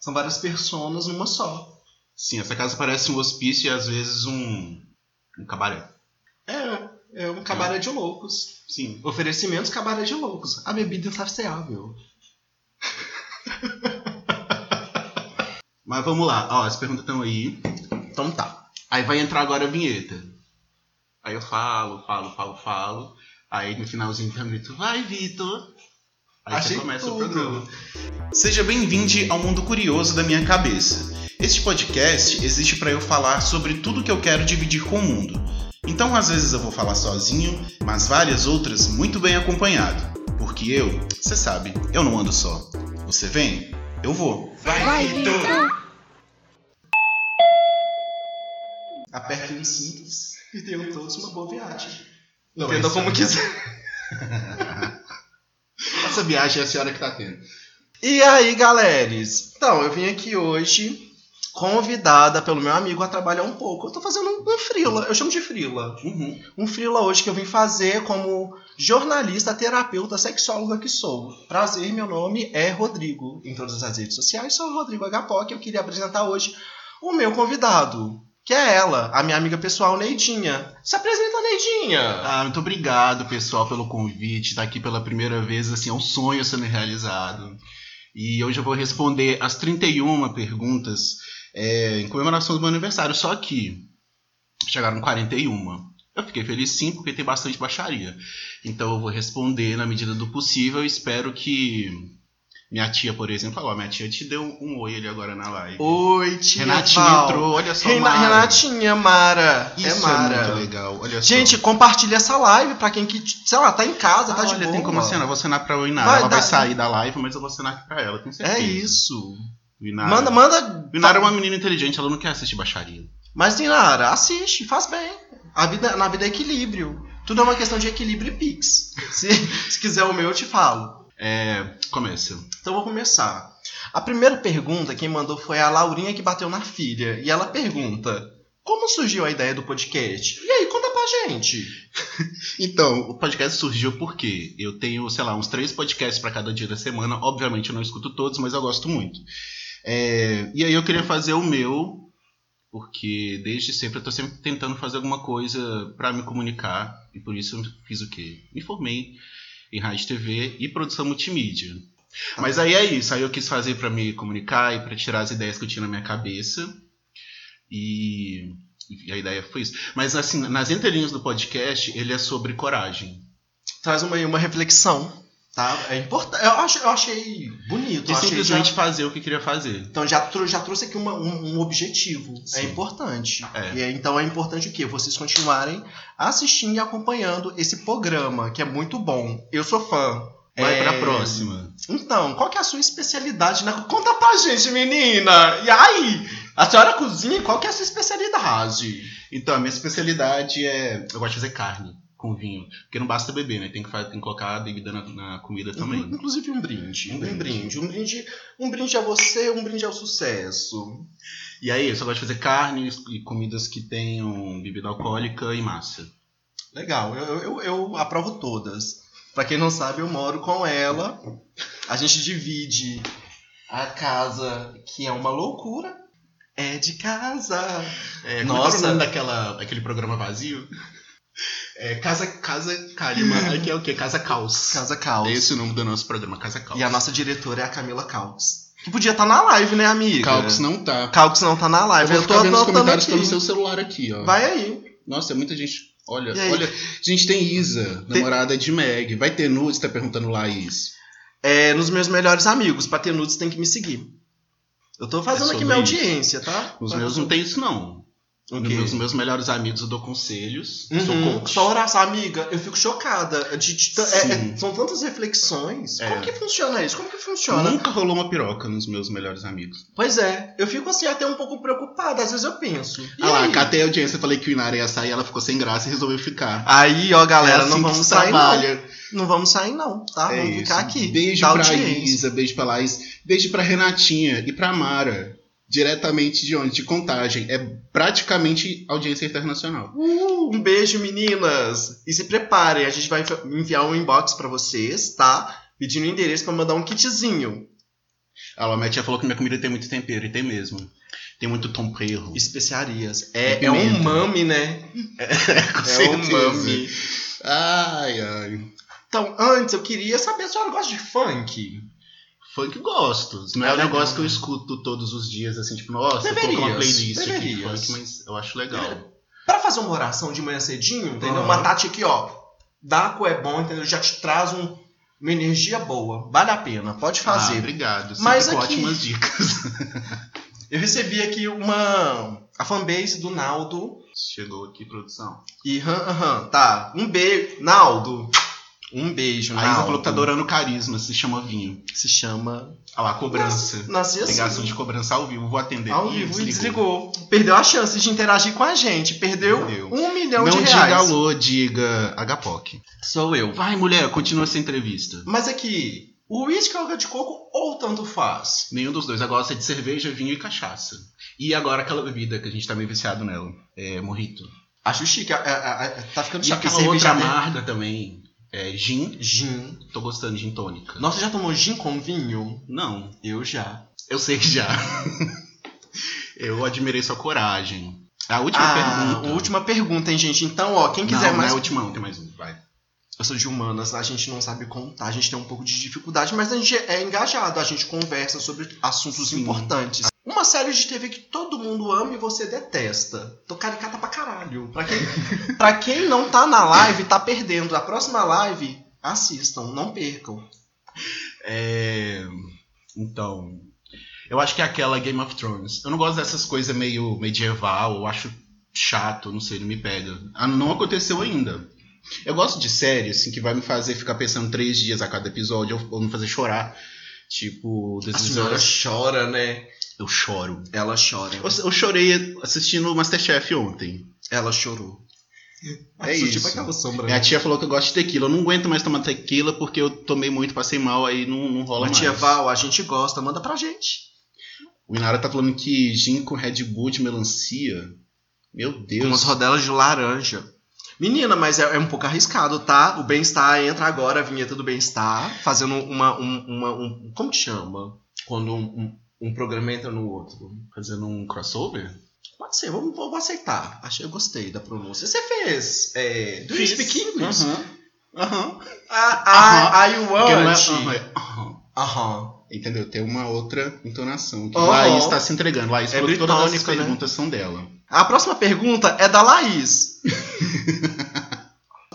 São várias personas numa só. Sim, essa casa parece um hospício e às vezes um, um cabaré. É, é um cabaré de loucos. Sim. Oferecimentos cabaré de loucos. A bebida é insaciável. Mas vamos lá. Ó, as perguntas estão aí. Então tá. Aí vai entrar agora a vinheta. Aí eu falo, falo, falo, falo. Aí no finalzinho eu grito, vai, Vitor! Aí Achei você começa tudo. o programa. Seja bem-vindo ao mundo curioso da minha cabeça. Este podcast existe para eu falar sobre tudo que eu quero dividir com o mundo. Então, às vezes eu vou falar sozinho, mas várias outras muito bem acompanhado. Porque eu, você sabe, eu não ando só. Você vem? Eu vou. Vai, Vitor! Apertem os cintos. E tenham todos uma boa viagem. Não, é Entendam essa- como quiser. Essa viagem é a senhora que tá tendo. E aí, galeres? Então, eu vim aqui hoje convidada pelo meu amigo a trabalhar um pouco. Eu tô fazendo um, um frila. Eu chamo de frila. Uhum. um freela hoje que eu vim fazer como jornalista, terapeuta, sexóloga que sou. Prazer, meu nome é Rodrigo. Em todas as redes sociais, sou o Rodrigo H. e eu queria apresentar hoje o meu convidado, que é ela, a minha amiga pessoal, Neidinha. Se apresenta, Neidinha! Ah, muito obrigado, pessoal, pelo convite. Tá aqui pela primeira vez, assim, é um sonho sendo realizado. E hoje eu vou responder as 31 perguntas é, em comemoração do meu aniversário. Só que chegaram 41. Eu fiquei feliz sim, porque tem bastante baixaria. Então eu vou responder na medida do possível. Eu Espero que minha tia, por exemplo, ó, minha tia te deu um oi ali agora na live. Oi, tia Renatinha Val. entrou, olha só. Rena- Mara. Renatinha, Mara. Isso é Mara. muito legal, olha só. Gente, compartilha essa live pra quem que, sei lá, tá em casa, tá Ah, de olha, boa. tem como assinar. Eu vou assinar pra Winara. Vai, ela dá- vai sair da live, mas eu vou assinar aqui pra ela, tenho certeza. É isso. Winara. Manda, manda. Winara é uma menina inteligente, ela não quer assistir baixaria. Mas, Nara, assiste, faz bem. A vida, na vida é equilíbrio. Tudo é uma questão de equilíbrio e pix. Se, se quiser o meu, eu te falo. É, começa. Então, vou começar. A primeira pergunta quem mandou foi a Laurinha que bateu na filha. E ela pergunta: Como surgiu a ideia do podcast? E aí, conta pra gente. Então, o podcast surgiu porque eu tenho, sei lá, uns três podcasts pra cada dia da semana. Obviamente eu não escuto todos, mas eu gosto muito. É, e aí eu queria fazer o meu, porque desde sempre eu tô sempre tentando fazer alguma coisa pra me comunicar. E por isso eu fiz o quê? Me formei em rádio e TV e produção multimídia. Mas aí é isso, aí eu quis fazer pra me comunicar e pra tirar as ideias que eu tinha na minha cabeça. E, e a ideia foi isso. Mas assim, nas entrelinhas do podcast, ele é sobre coragem. Traz uma, uma reflexão, tá? É importante. Eu, acho, eu achei bonito. De Eu achei simplesmente já- fazer o que queria fazer. Então já, trou- já trouxe aqui uma- um, um objetivo. É Sim. importante. É. E é- então é importante o quê? Vocês continuarem assistindo e acompanhando esse programa, que é muito bom. Eu sou fã. Vai É, pra próxima. Então, qual que é a sua especialidade na. Conta pra gente, menina! E aí? A senhora cozinha, qual que é a sua especialidade? Então, a minha especialidade é. Eu gosto de fazer carne com vinho. Porque não basta beber, né? Tem que, fa- tem que colocar a bebida na, na comida Inclu- também. Inclusive um brinde. Um Um brinde. brinde. Um brinde. Um brinde a você, um brinde ao sucesso. E aí, eu só gosto de fazer carne e comidas que tenham bebida alcoólica e massa. Legal, eu, eu, eu aprovo todas. Pra quem não sabe, eu moro com ela. A gente divide a casa, que é uma loucura. É de casa. É, Nossa. Nossa! daquela, aquele programa vazio? É, casa, casa Kalima. Aqui é o quê? Casa Caos. Casa Caos. É esse o nome do nosso programa, Casa Caos. E a nossa diretora é a Camila Calx. Que podia estar na live, né, amiga? Calx não tá. Calx não tá na live. Eu, vou tô ficar vendo os anotando comentários aqui. que tá no seu celular aqui, ó. Vai aí. Nossa, é muita gente. Olha, E aí? olha. Gente, tem Isa, Tem- namorada de Meg. Vai ter nudes, tá perguntando Laís. É, nos meus melhores amigos, pra ter nudes tem que me seguir. Eu tô fazendo É aqui sobre minha isso. audiência, tá? Os Pra- meus não tem isso, não. O Nos quê? meus, meus melhores amigos eu dou conselhos. Sou Uhum. coach. Só oração, amiga, eu fico chocada. de- de- t- é- é- Sim. são tantas reflexões. É. Como que funciona isso? Como que funciona? Nunca rolou uma piroca nos meus melhores amigos. Pois é, eu fico assim até um pouco preocupada, às vezes eu penso. E ah lá, aí? catei a audiência, eu falei que o Inara ia sair, ela ficou sem graça e resolveu ficar. Aí, ó, galera, É assim Ah, não que vamos se sair não. trabalha. Não vamos sair não, tá? É vamos isso. ficar aqui. Beijo Dá pra audiência. Isa, beijo pra Laís, beijo pra Renatinha e pra Mara. Diretamente de onde? De contagem. É praticamente audiência internacional. Uh, um beijo, meninas. E se preparem, a gente vai enviar um inbox pra vocês, tá? Pedindo endereço pra mandar um kitzinho. Ela, minha tia falou que minha comida tem muito tempero, e tem mesmo. Tem muito tempero. Especiarias. É, E é um pimenta. mami, né? Com É um certeza. mami. Ai, ai. Então, antes eu queria saber, a senhora gosta de funk? Funk gosto. Não é É um legal, negócio que eu né? escuto todos os dias, assim, tipo, nossa, vou colocar uma Deverias, playlist aqui de deverias. funk, mas eu acho legal. Pra fazer uma oração de manhã cedinho, entendeu? Aham. Uma Tati aqui, ó. Daco é bom, entendeu? Já te traz um- uma energia boa. Vale a pena, pode Ah, fazer. obrigado. Sempre Mas com aqui- ótimas dicas. eu recebi aqui uma. A fanbase do Naldo. Chegou aqui, produção. E aham, aham, tá. Um beijo. Naldo. Um beijo, A Naldo. Isa falou que tá adorando carisma, se chama vinho. Se chama. Olha lá, cobrança. Nasci assim. Ligação de cobrança ao vivo, vou atender. Ao Ih, vivo e desligou. Perdeu a chance de interagir com a gente. Perdeu Perdeu. um milhão Não, de diga reais. alô, diga HPOC. Sou eu. Vai, mulher, continua essa entrevista. Mas aqui, o uísque é água de coco ou tanto faz? Nenhum dos dois. Ela gosta de cerveja, vinho e cachaça. E agora aquela bebida que a gente tá meio viciado nela. É morrito. Acho chique. a- a- a- tá ficando E chique. aquela cerveja outra de- amarga também. É gin. Gin. Tô gostando de gin tônica. Nossa, já tomou gin com vinho? Não, Eu já. eu sei que já. eu admirei sua coragem. A última ah, pergunta. última pergunta, hein, gente? Então, ó, quem quiser não, mais... Não é a última, não. Tem mais um. Vai. Eu sou de humanas, a gente não sabe contar, a gente tem um pouco de dificuldade, mas a gente é engajado, a gente conversa sobre assuntos Sim. importantes. Uma série de TV que todo mundo ama e você detesta. Tô caricata pra caralho. Pra quem, pra quem não tá na live, tá perdendo. A próxima live, assistam, não percam. É, Então. Eu acho que é aquela Game of Thrones. Eu não gosto dessas coisas meio medieval, eu acho chato, não sei, não me pega. Ah, Não aconteceu ainda. Eu gosto de série, assim, que vai me fazer ficar pensando três dias a cada episódio ou, ou me fazer chorar. Tipo, A This Is senhora Us. chora, né? Eu choro. Ela chora. Eu, eu chorei assistindo Masterchef ontem. Ela chorou. É Isso, isso. Tipo aquela sombra. Minha tia falou que eu gosto de tequila. Eu não aguento mais tomar tequila porque eu tomei muito, passei mal, aí não, não Fala, rola mais. tia Val, a gente gosta, manda pra gente. O Inara tá falando que gin com Red Bull de melancia. Meu Deus. Com umas rodelas de laranja. Menina, mas é, é um pouco arriscado, tá? O bem-estar entra agora, a vinheta do bem-estar, fazendo uma, um, uma- um- Como que chama? Quando um, um- um programa entra no outro. Fazendo um crossover? Pode ser, vou, vou aceitar. Achei, eu gostei da pronúncia. Você fez. É, do you Fiz. Uhum. speak English? Aham. Aham. Ah, I, I Porque não é want. aham, é aham. Aham. Entendeu? Tem uma outra entonação. Que Aham. Laís tá se entregando. Laís Oh. É falou que todas as britânico, né? perguntas são dela. A próxima pergunta é da Laís.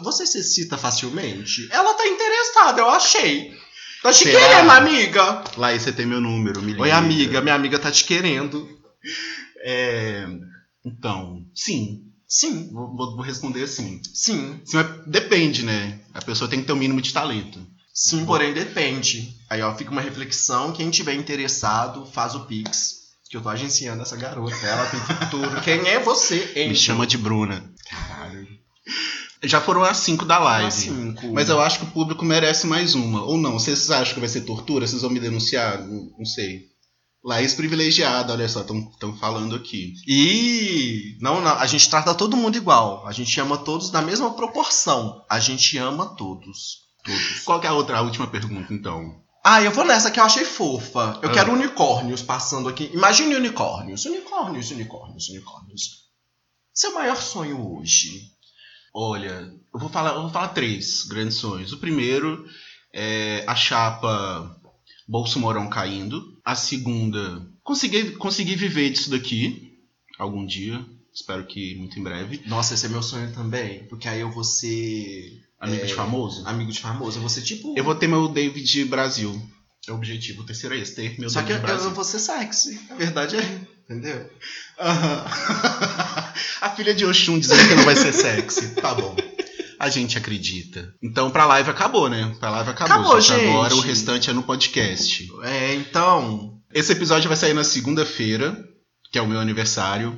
Você se excita facilmente? Ela tá interessada, eu achei. Tá te Será? querendo, amiga. Laís, você tem meu número, me Oi, liga. amiga, minha amiga tá te querendo. É, Então, sim. Sim, Vou, vou- vou responder sim. sim, Sim, mas depende, né? A pessoa tem que ter o mínimo de talento. sim, porém depende. Aí, ó, fica uma reflexão. Quem tiver interessado, faz o Pix. Que eu tô agenciando essa garota. Ela tem futuro. Quem é você, hein? Me chama de Bruna. Caralho. Já foram as 5 da live. Cinco. Mas eu acho que o público merece mais uma. Ou não. Vocês acham que vai ser tortura? Vocês vão me denunciar? Não, não sei. Laís privilegiada, olha só, estão falando aqui. E não, não, a gente trata todo mundo igual. A gente ama todos na mesma proporção. A gente ama todos. Todos. Qual que é a outra, a última pergunta, então? Ah, eu vou nessa que eu achei fofa. Eu Ah. quero unicórnios passando aqui. Imagine unicórnios, unicórnios, unicórnios, unicórnios. Seu maior sonho hoje? Olha, eu vou falar, eu vou falar três grandes sonhos. O primeiro é a chapa Bolsomorão caindo. A segunda, conseguir conseguir viver disso daqui algum dia. Espero que muito em breve. Nossa, esse é meu sonho também. Porque aí eu vou ser Amigo de famoso. amigo de famoso. Eu vou ser tipo. Eu vou ter meu David Brasil. É o objetivo. O terceiro é esse, ter meu Só que David eu, Brasil. eu vou ser sexy. A verdade é. Entendeu? Aham. A filha de Oxum dizendo que não vai ser sexy. Tá bom. A gente acredita. Então, pra live acabou, né? Pra live acabou. Acabou, Só que gente. Agora o restante é no podcast. É, então. Esse episódio vai sair na segunda-feira, que é o meu aniversário.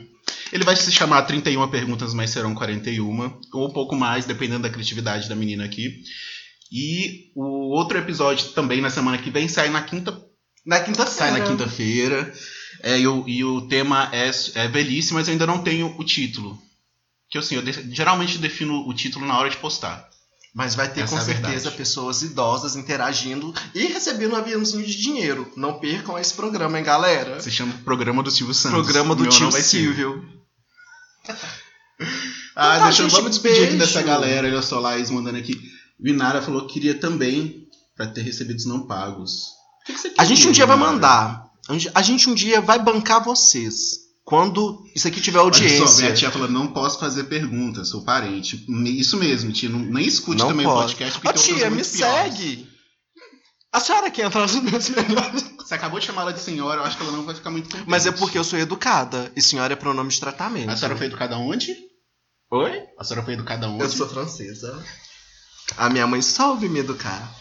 Ele vai se chamar 31 perguntas, mas serão 41, ou um pouco mais, dependendo da criatividade da menina aqui. E o outro episódio também na semana que vem sai na quinta Na quinta-feira. sai na quinta-feira. É, e, o, e o tema é, é velhice, mas eu ainda não tenho o título. Que assim, eu de- geralmente defino o título na hora de postar. Mas vai ter Essa com é a certeza verdade. pessoas idosas interagindo e recebendo um aviãozinho de dinheiro. Não percam esse programa, hein, galera? Se chama Programa do Silvio Santos. programa do Meu tio não vai ser. é Silvio. Ah, Então tá, deixa eu gente, vamos despedir aqui beijo. dessa galera. Olha só, Laís mandando aqui. Vinara falou que queria também pra ter recebidos não pagos. O que que você A gente um queria, dia vai Vinara? mandar. Um di- A gente um dia vai bancar vocês. Quando isso aqui tiver Olha só, é minha audiência. tia falou, não posso fazer pergunta, sou parente. Isso mesmo, tia, não, nem escute Não também o pode. podcast. Ó, porque tem tia, outras me muito piores. segue. A senhora quer entrar nos meus melhores. Você acabou de chamar ela de senhora, eu acho que ela não vai ficar muito contente. Mas é porque eu sou educada. E senhora é pronome de tratamento. A senhora um foi educada onde? Oi? A senhora foi educada onde? Eu sou francesa. A minha mãe só ouve me educar.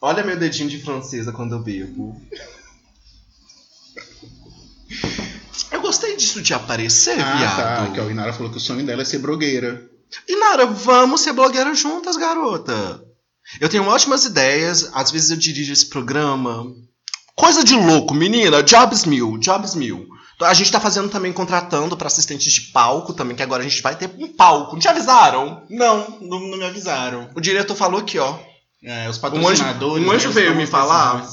Olha meu dedinho de francesa quando eu bebo. Eu gostei disso de aparecer, Ah, viado. tá. Que a Inara falou que o sonho dela é ser blogueira. E Nara, vamos ser blogueiras juntas, garota. Eu tenho ótimas ideias, às vezes eu dirijo esse programa. Coisa de louco, menina, jobs mil, jobs mil. A gente tá fazendo também, contratando pra assistentes de palco também, que agora a gente vai ter um palco. Não te avisaram? Não, não, não me avisaram. O diretor falou aqui, ó. Um É, os anjo, patrocinadores... um anjo né, veio os me falar.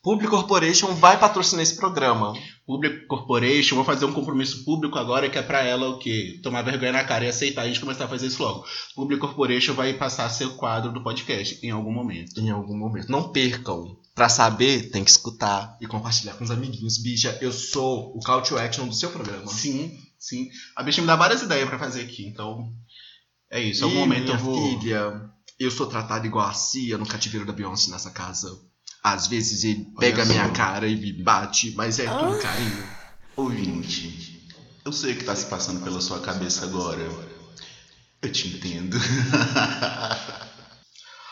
Public Corporation vai patrocinar esse programa. Public Corporation, vou fazer um compromisso público agora que é pra ela o quê? Tomar vergonha na cara e aceitar a gente começar a fazer isso logo. Public Corporation vai passar a ser o quadro do podcast em algum momento. Em algum momento. Não percam. Pra saber, tem que escutar e compartilhar com os amiguinhos. Bicha, eu sou o call to action do seu programa. Sim, sim. A bicha me dá várias ideias pra fazer aqui, então. É isso. Em Ih, algum momento minha eu vou. filha, eu sou tratada igual a Cia no cativeiro da Beyoncé nessa casa. Às vezes ele Olha pega a só. minha cara e me bate, mas é com carinho. Ouvinte, eu sei o que tá se passando pela sua cabeça agora. Eu te entendo.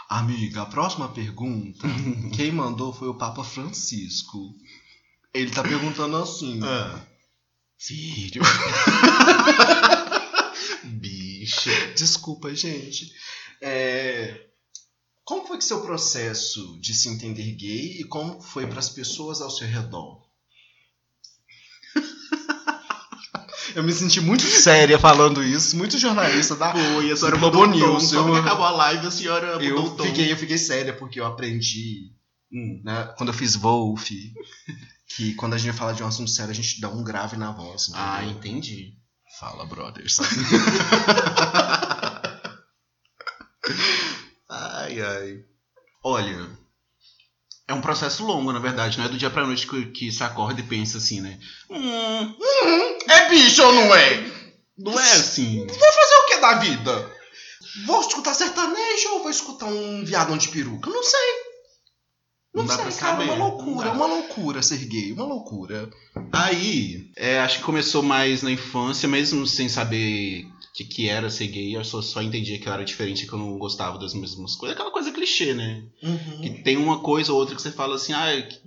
Amiga, a próxima pergunta, quem mandou foi o Papa Francisco. Ele tá perguntando assim, Ah, filho, Bicha. desculpa, gente. É, como foi que seu processo de se entender gay e como foi pras pessoas ao seu redor? Eu me senti muito séria falando isso, muito jornalista tá? da Foi, a senhora Globo Ah, mudou o tom. News, Só eu- que acabou a live, a senhora mudou o eu tom. fiquei, eu fiquei séria porque eu aprendi Hum. né, quando eu fiz Wolf que quando a gente vai falar de um assunto sério a gente dá um grave na voz. entendeu? Ah, entendi. fala, brothers. Ai, ai. Olha, é um processo longo, na verdade. Não é do dia pra noite que, que se acorda e pensa assim, né? Hum, hum, é bicho ou não é? Não é assim. o que da vida? Vou escutar sertanejo ou vou escutar um viadão de peruca? Não sei. Não, Não dá sei, pra cara. é saber, Uma não loucura, dá. uma loucura ser gay, uma loucura. Aí, é, acho que começou mais na infância, mesmo sem saber o que, que era ser gay. Eu só, só entendia que eu era diferente, que eu não gostava das mesmas coisas. Aquela coisa clichê, né? Uhum. Que tem uma coisa ou outra que você fala assim, ah, que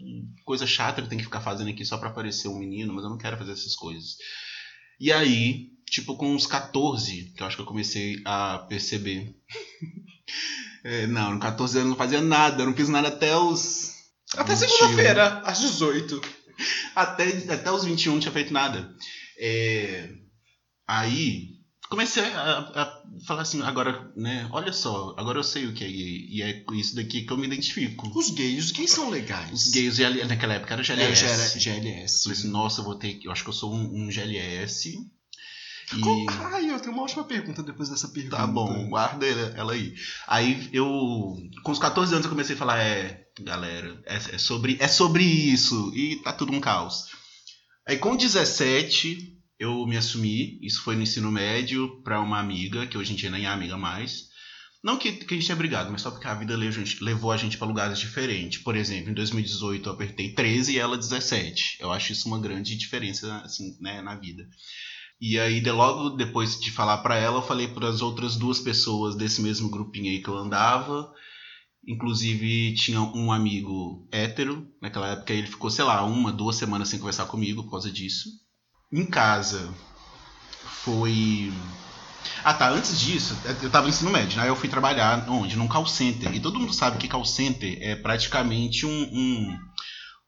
coisa chata que tem que ficar fazendo aqui só pra parecer um menino, mas eu não quero fazer essas coisas. E aí, tipo, com uns 14, que eu acho que eu comecei a perceber. É, não, com 14 anos eu não fazia nada, eu não fiz nada até os. Até 21. segunda-feira, às 18. Até, até os 21 não tinha feito nada. É, aí comecei a, a falar assim, agora, né, olha só, agora eu sei o que é gay, e é com isso daqui que eu me identifico. Os gays, os gays são legais. Os gays GL naquela época era É, GLS. já era Eu falei GLS. assim, nossa, eu vou ter que. Eu acho que eu sou um, um GLS. E. Qual- Ai, eu tenho uma ótima pergunta depois dessa pergunta. Tá bom, guarda ela ela aí. Aí eu. Com os 14 anos eu comecei a falar, é, galera, é, é sobre, é sobre isso. E tá tudo um caos. Aí com 17 eu me assumi, isso foi no ensino médio, pra uma amiga, que hoje em dia nem é amiga mais. Não que, que a gente tenha brigado, mas só porque a vida levou a gente, levou a gente pra lugares diferentes. Por exemplo, em 2018 eu apertei 13 e ela 17. Eu acho isso uma grande diferença, assim, né, na vida. E aí, de- logo depois de falar pra ela, eu falei para as outras duas pessoas desse mesmo grupinho aí que eu andava. Inclusive, tinha um amigo hétero. Naquela época, ele ficou, sei lá, uma, duas semanas sem conversar comigo por causa disso. Em casa, foi. Ah tá, antes disso, eu tava no ensino médio, né? Eu fui trabalhar onde? Num call center. E todo mundo sabe que call center é praticamente um, um,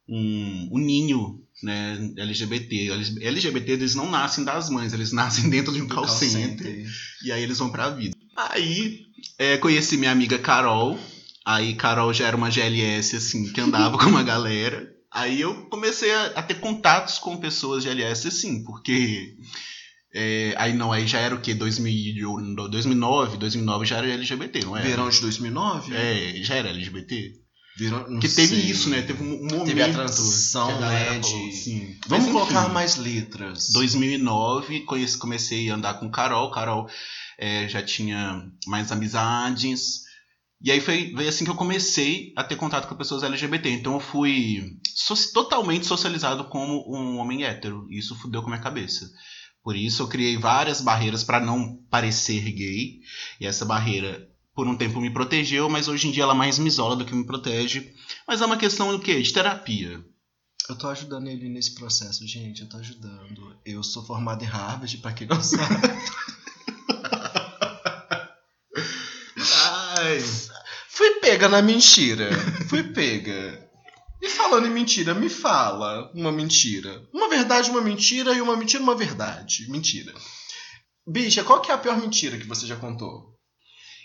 um, um ninho né, LGBT. LGBT eles não nascem das mães, eles nascem dentro de um call, center. E aí eles vão pra vida. Aí é, conheci minha amiga Carol. Aí Carol já era uma GLS, assim, que andava com uma galera. Aí eu comecei a, a ter contatos com pessoas GLS, assim, porque. é, aí não, aí já era o quê? 2000, 2009? 2009 já era LGBT, não era? Verão de 2009? É, já era LGBT. Verão- não Porque teve sei. isso, né? Teve um um momento. Teve a transição, que a galera né, falou, de- sim. Mas, Vamos enfim, colocar mais letras. 2009, conheci- comecei a andar com Carol. Carol eh, já tinha mais amizades. E aí foi, veio assim que eu comecei a ter contato com pessoas LGBT. Então eu fui so- totalmente socializado como um homem hétero. E isso fudeu com a minha cabeça. Por isso eu criei várias barreiras para não parecer gay. E essa barreira, por um tempo, me protegeu, mas hoje em dia ela é mais me isola do que me protege. Mas é uma questão do quê? De terapia. Eu tô ajudando ele nesse processo, gente. Eu tô ajudando. Eu sou formado em Harvard, pra quem não sabe. Ai. Fui pega na mentira. Fui pega. E falando em mentira, me fala uma mentira. Uma verdade, uma mentira e uma mentira, uma verdade. Mentira. Bicha, qual que é a pior mentira que você já contou?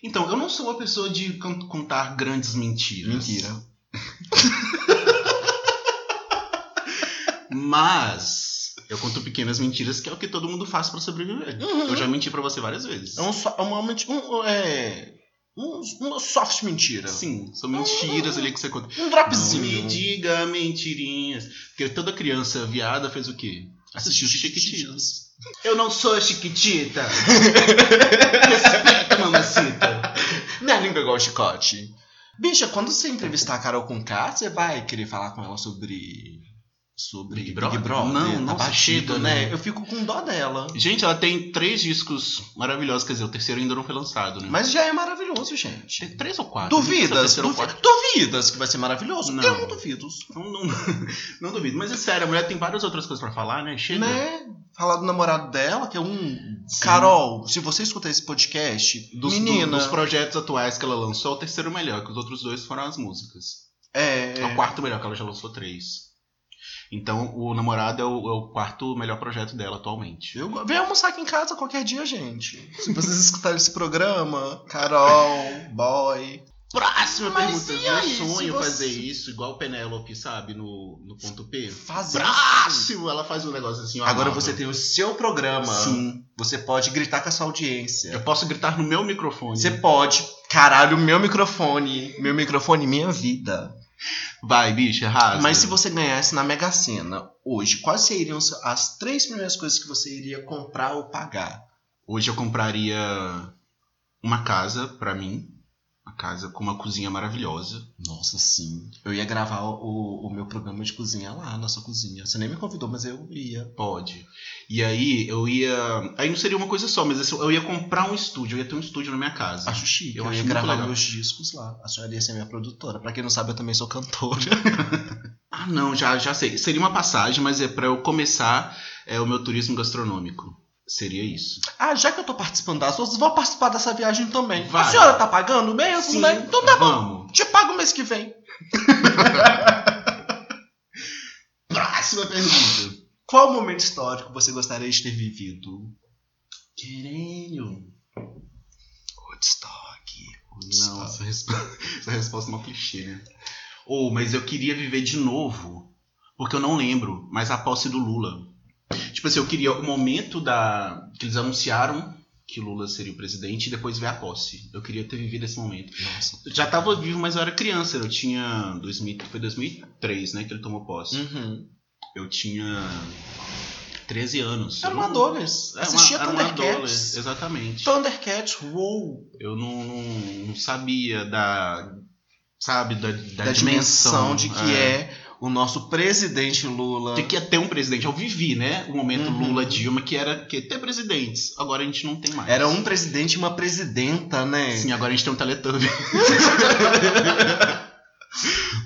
Então, eu não sou uma pessoa de con- contar grandes mentiras. Mas eu conto pequenas mentiras, que é o que todo mundo faz pra sobreviver. Uhum. Eu já menti pra você várias vezes. É um, so- é uma, menti- um, é, um, uma soft mentira. Sim, são mentiras ali que você conta. Um Não me dropzinho. diga mentirinhas. Porque toda criança viada fez o quê? Assistiu Chiquititas. Eu não sou Chiquitita! Respeita, mamacita! Minha língua é igual chicote. Bicha, quando você entrevistar a Carol com K, você vai querer falar com ela sobre. Sobre Big Brother? Não, Hum. Não, não. nossa, batido, chega, né? não. Eu fico com dó dela. Gente, ela tem três discos maravilhosos. Quer dizer, o terceiro ainda não foi lançado, né? Mas já é maravilhoso, gente. Tem três ou quatro? Não sei se é o Duvidas? terceiro ou Duvi- quarto. Duvidas que vai ser maravilhoso? Não. Eu não duvido. Não, não, não duvido. Mas é sério, a mulher tem várias outras coisas pra falar, né? Chega. Né? Falar do namorado dela, que é um. Sim. Carol, se você escutar esse podcast, Dos, menina. do- dos projetos atuais que ela lançou, o terceiro melhor, que os outros dois foram as músicas. é, É, o quarto melhor, que ela já lançou três. Então, o namorado é o, é o quarto melhor projeto dela atualmente. Eu go- Vem almoçar aqui em casa qualquer dia, gente. Se vocês escutarem esse programa, Carol, boy. Próxima Mas pergunta. e Meu aí, se sonho você- fazer isso, igual Penélope, sabe? No, no ponto P. Faz isso. Próximo! Ela faz um negócio assim, eu Agora amava. você tem o seu programa. Sim. Você pode gritar com a sua audiência. Eu posso gritar no meu microfone. Você pode. Caralho, meu microfone. Meu microfone, minha vida. Vai, bicha, arrasa. Mas se você ganhasse na Mega Sena hoje, quais seriam as três primeiras coisas que você iria comprar ou pagar? Hoje eu compraria uma casa pra mim, uma casa com uma cozinha maravilhosa. Nossa, sim. Eu ia gravar o, o meu programa de cozinha lá na sua cozinha. Você nem me convidou, mas eu ia. Pode. E aí eu ia. Aí não seria uma coisa só, mas assim, eu ia comprar um estúdio, eu ia ter um estúdio na minha casa. Acho chique. Eu Eu, acho ia muito gravar legal. meus discos lá. A senhora ia ser minha produtora. Pra quem não sabe, eu também sou cantora. Ah, não, já, já sei. Seria uma passagem, mas é pra eu começar é, o meu turismo gastronômico. Seria isso. ah, já que eu tô participando das outras, vou participar dessa viagem também. Vai. A senhora tá pagando mesmo, né? Então tá bom. Vamos. Te pago mês que vem. Próxima pergunta. Qual momento histórico você gostaria de ter vivido? Querendo. Woodstock. Não, essa, resp... essa resposta é uma clichê, né? Ou, mas eu queria viver de novo, porque eu não lembro, mas a posse do Lula. Tipo assim, eu queria o momento da que eles anunciaram que Lula seria o presidente e depois ver a posse. Eu queria ter vivido esse momento. Nossa. Eu já tava vivo, mas eu era criança, eu tinha 2000, foi 2003, né, que ele tomou posse. Uhum. Eu tinha 13 anos. Era Eu um não- Adonis. era uma- Assistia era um Thundercats. adolescente, Exatamente. Thundercats, wow. Eu não, não- não sabia da. Sabe, da, da Da, dimensão, dimensão de que é. o nosso presidente Lula. De que ia ter um presidente. Eu vivi, né? O momento Uhum. Lula-Dilma, que era que ter presidentes. Agora a gente não tem mais. Era um presidente e uma presidenta, né? Sim, agora a gente tem um teletubbie.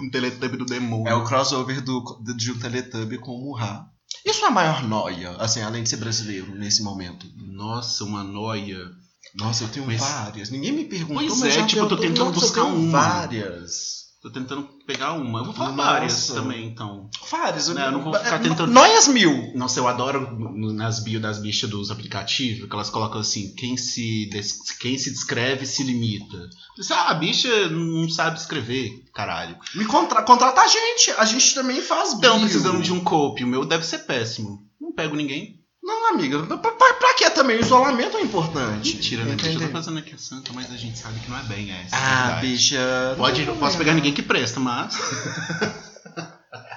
um teletubbie do demônio. É o crossover do, do, de um Teletubbie com o Murra. Isso é a maior noia, assim, além de ser brasileiro nesse momento. Nossa, uma noia. Nossa, eu tenho Mas- várias. Ninguém me perguntou, Pois mas é, Hum, já tipo, eu tô perguntou. tentando Nossa, eu buscar tenho uma. várias. Tô tentando pegar uma. Eu vou falar Nossa. várias também, então. Fares, Não, eu não vou ficar tentando- é, Noias mil. Nossa, eu adoro no- nas bio das bichas dos aplicativos que elas colocam assim: quem se, des- quem se descreve se limita. Você, ah, a bicha não sabe escrever, caralho. Me contra... contrata a gente. A gente também faz Então, bio. precisamos de um cope. O meu deve ser péssimo. Não pego ninguém. Não, amiga. Pra, pra, pra que também? O isolamento é importante. Mentira, né? bicha? Eu tô Entendeu? fazendo aqui a santa, mas a gente sabe que não é bem essa. Ah, verdade. bicha. Pode, não posso pegar ninguém que presta, mas.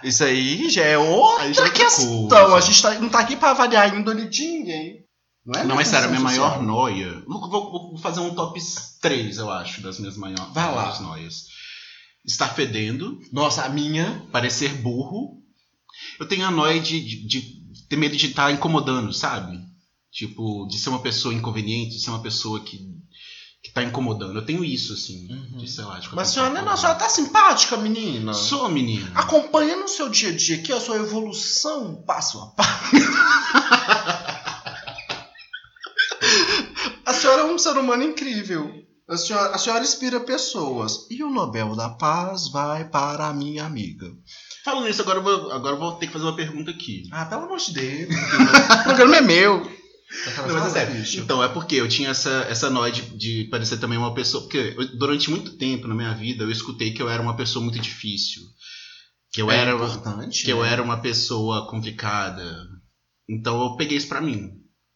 Isso aí já é outra Aí já é outra questão. coisa. A gente tá- não tá aqui pra avaliar a índole de ninguém. é Não, mas sério, a minha questão maior social. noia. Vou, vou- vou fazer um top 3, eu acho, das minhas maior- Vai lá. maiores noias. Estar fedendo, Nossa, a minha. parecer burro. Eu tenho a noia de, de- de ter medo de estar incomodando, sabe? Tipo, de ser uma pessoa inconveniente, de ser uma pessoa que, que tá incomodando. Eu tenho isso, assim. De, sei lá, de Mas a qualquer senhora, não é- coisa. a senhora tá simpática, menina? Sou, menino. Acompanha no seu dia a dia aqui a sua evolução passo a passo. a senhora é um ser humano incrível. A senhora, a senhora inspira pessoas. E o Nobel da Paz vai para a minha amiga. Falando nisso, agora eu, vou, agora eu vou ter que fazer uma pergunta aqui. Ah, pelo amor de Deus. o programa é meu. Não, mas é sério. Então, é porque eu tinha essa, essa noia de, de parecer também uma pessoa. Porque eu- durante muito tempo na minha vida eu escutei que eu era uma pessoa muito difícil. Que eu, é era, importante. que eu né? era uma pessoa complicada. Então eu peguei isso pra mim.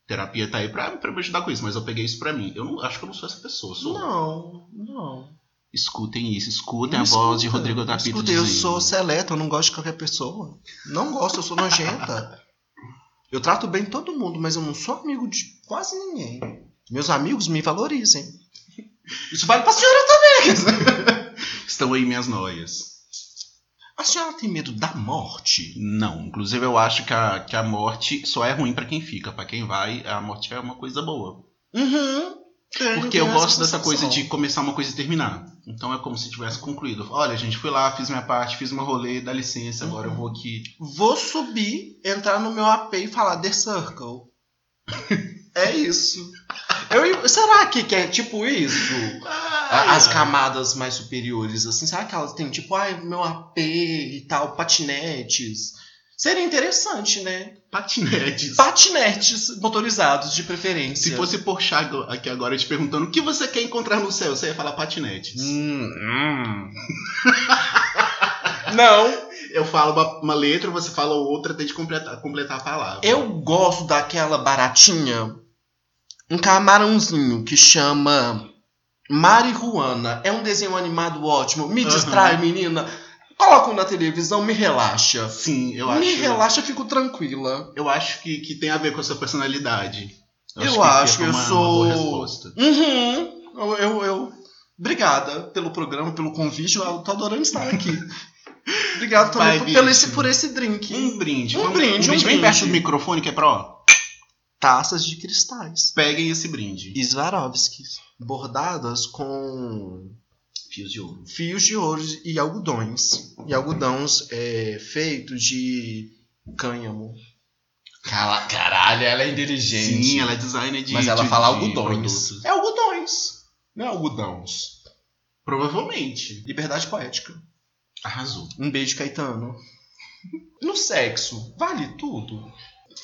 Terapia tá aí pra, pra me ajudar com isso, mas eu peguei isso pra mim. Eu não, acho que eu não sou essa pessoa. eu Sou... Não, não. Escutem isso, escutem Não a voz de escuta. Rodrigo da Pita. Escuta, eu sou seleta, eu não gosto de qualquer pessoa. Não gosto, eu sou nojenta. eu trato bem todo mundo, mas eu não sou amigo de quase ninguém. Meus amigos me valorizem. Isso vale pra senhora também. Estão aí minhas noias. A senhora tem medo da morte? Não, inclusive eu acho que a, que a morte só é ruim pra quem fica, pra quem vai, a morte é uma coisa boa. Uhum. Tenho, Porque tenho eu essa gosto dessa coisa sensação. de começar uma coisa e terminar. Então é como se tivesse concluído. Olha, gente, fui lá, fiz minha parte, fiz uma rolê, dá licença, agora eu vou aqui. Vou subir, entrar no meu AP e falar The Circle. é isso. Eu- será que, que é tipo isso? A- as camadas mais superiores, assim, será que elas têm tipo, ai, meu AP e tal, patinetes? Seria interessante, né? patinetes. Patinetes motorizados, de preferência. Se fosse Porchat ag- aqui agora te perguntando o que você quer encontrar no céu, você ia falar patinetes. Hum, hum. Não, Eu falo uma, uma letra, você fala outra, tem de completar, completar a palavra. eu gosto daquela baratinha, um camarãozinho que chama Marihuana. É um desenho animado ótimo, me Aham. distrai, menina. Coloco na televisão, me relaxa. Sim, eu me acho. né? relaxa, eu fico tranquila. Eu acho que, que tem a ver com a sua personalidade. Eu acho que foi eu uma- uma sou- boa resposta. Uhum. Eu, eu, eu- Obrigada pelo programa, pelo convite. Eu tô adorando estar aqui. Obrigado também Vai, por, bicho. pelo esse, por esse drink. Um brinde. Um Vamos- brinde, um um brinde. Bem brinde. perto do microfone, que é pra, ó, Taças de cristais. peguem esse brinde. Swarovskis. Bordadas com Fios de ouro. fios de ouro e algodões. E algodões é, feitos de cânhamo. Cala- Caralho, ela é inteligente. Sim, ela é designer de. Mas ela de- fala de algodões. produtos. É algodões. Não é algodãos. Provavelmente. Liberdade poética. Arrasou. Um beijo, Caetano. No sexo, vale tudo?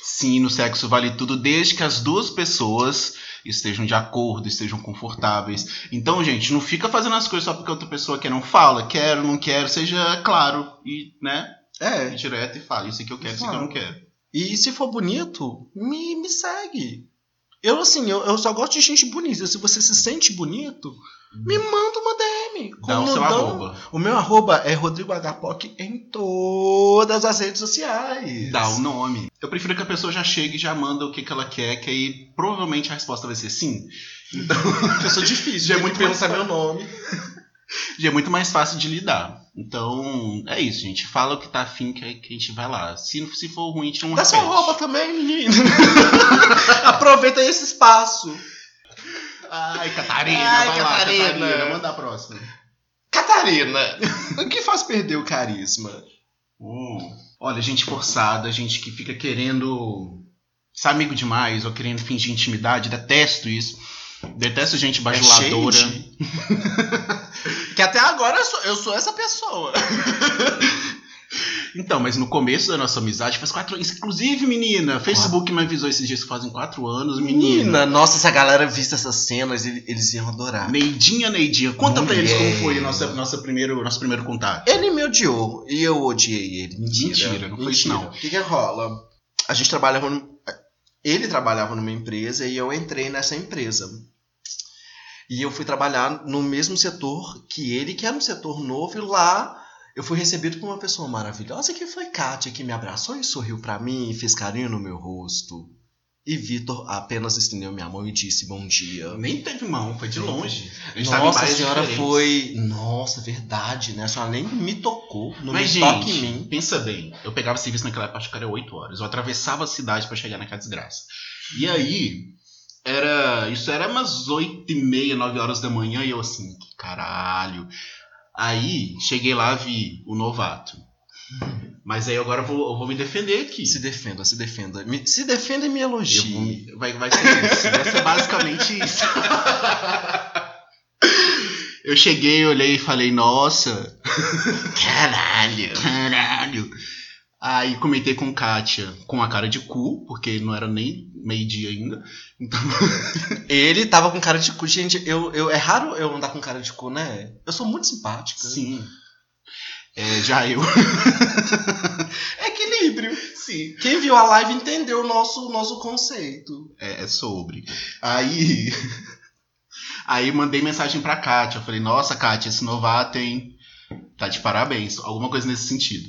Sim, no sexo vale tudo desde que as duas pessoas estejam de acordo, estejam confortáveis. Então, gente, não fica fazendo as coisas só porque a outra pessoa quer não fala, quero, não quero, seja claro e, né, É. direto e fala, isso aqui eu quero, isso aqui eu não quero. E se for bonito, me, me segue. Eu, assim, eu, eu só gosto de gente bonita. Se você se sente bonito, me manda uma DM. Dá o Como seu dão- arroba. O meu arroba é Rodrigo Hpoc em todas as redes sociais. Dá o nome. Eu prefiro que a pessoa já chegue e já manda o que, que ela quer, que aí provavelmente a resposta vai ser sim. Eu sou difícil. Já é tem muito que pensar mais meu nome. E é muito mais fácil de lidar. Então, é isso, gente. Fala o que tá afim que, que a gente vai lá. Se, se for ruim, a gente não Dá seu repete. arroba também, menino. Aproveita esse espaço. Ai, Catarina, Ai, vai Catarina. lá, Catarina. Manda a próxima. Catarina, o que faz perder o carisma? Uh, Olha, gente forçada, gente que fica querendo ser amigo demais ou querendo fingir intimidade. Detesto isso. Detesto gente É bajuladora. shade? Que até agora eu sou, eu sou essa pessoa. Então, mas no começo da nossa amizade faz quatro anos. Inclusive, menina, Facebook me avisou esses dias que fazem quatro anos, menina. Menina, nossa, se a galera visse essas cenas, ele- eles iam adorar. Neidinha, Neidinha, conta pra eles como Mulher. foi o nosso, nosso, primeiro, nosso primeiro contato. Ele me odiou e eu odiei ele. Mentira. Mentira, não foi isso, não. O que que rola? A gente trabalhava num... Ele trabalhava numa empresa e eu entrei nessa empresa. E eu fui trabalhar no mesmo setor que ele, que era um setor novo, e lá eu fui recebido por uma pessoa maravilhosa que foi Kátia, que me abraçou e sorriu pra mim e fez carinho no meu rosto. E Vitor apenas estendeu minha mão e disse bom dia. Nem teve mão, foi de longe. A gente tava em Nossa, a bairros senhora diferentes. foi. Nossa, verdade, né? A senhora nem me tocou. Não Mas, me gente, toque em mim. pensa bem. Eu pegava serviço naquela época, acho que era 8 horas. Eu atravessava a cidade pra chegar naquela desgraça. E aí, era isso era umas 8 e meia, 9 horas da manhã, e eu assim, que caralho. Aí, cheguei lá, vi o novato. Mas aí agora eu vou, eu vou me defender aqui. Se defenda, se defenda. Me- se defenda e me Eu elogie. vou me- vai, vai ser isso. Vai ser basicamente isso. Eu cheguei, olhei e falei, nossa, Caralho. Caralho. Aí comentei com Kátia com a cara de cu, porque não era nem meio-dia ainda. Ele tava com cara de cu. Gente, eu, eu, é raro eu andar com cara de cu, né? Eu sou muito simpática. Sim. É, já eu. É Equilíbrio. Sim. Quem viu a live entendeu o nosso, o nosso conceito. É, é sobre. Aí. Aí mandei mensagem pra Kátia. Falei, nossa, Kátia, esse novato, hein? Tá de parabéns. Alguma coisa nesse sentido.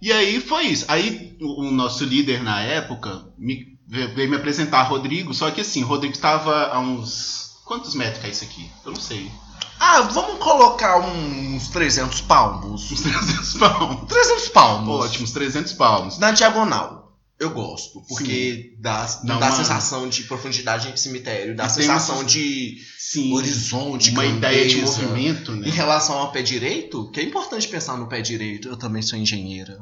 E aí foi isso. Aí o, o nosso líder na época me, veio me apresentar Rodrigo, só que assim, Rodrigo estava a uns. Quantos metros que é isso aqui? Eu não sei. Ah, vamos colocar uns 300 palmos. Uns 300 palmos. 300 palmos. Ótimo, uns 300 palmos. Na diagonal. Eu gosto, porque dá, dá, Dá a uma- sensação de profundidade em cemitério, dá a E tem sensação uma- de Sim. horizonte, uma ideia de grandeza. movimento, Em né? relação ao pé direito, que é importante pensar no pé direito, eu também sou engenheira.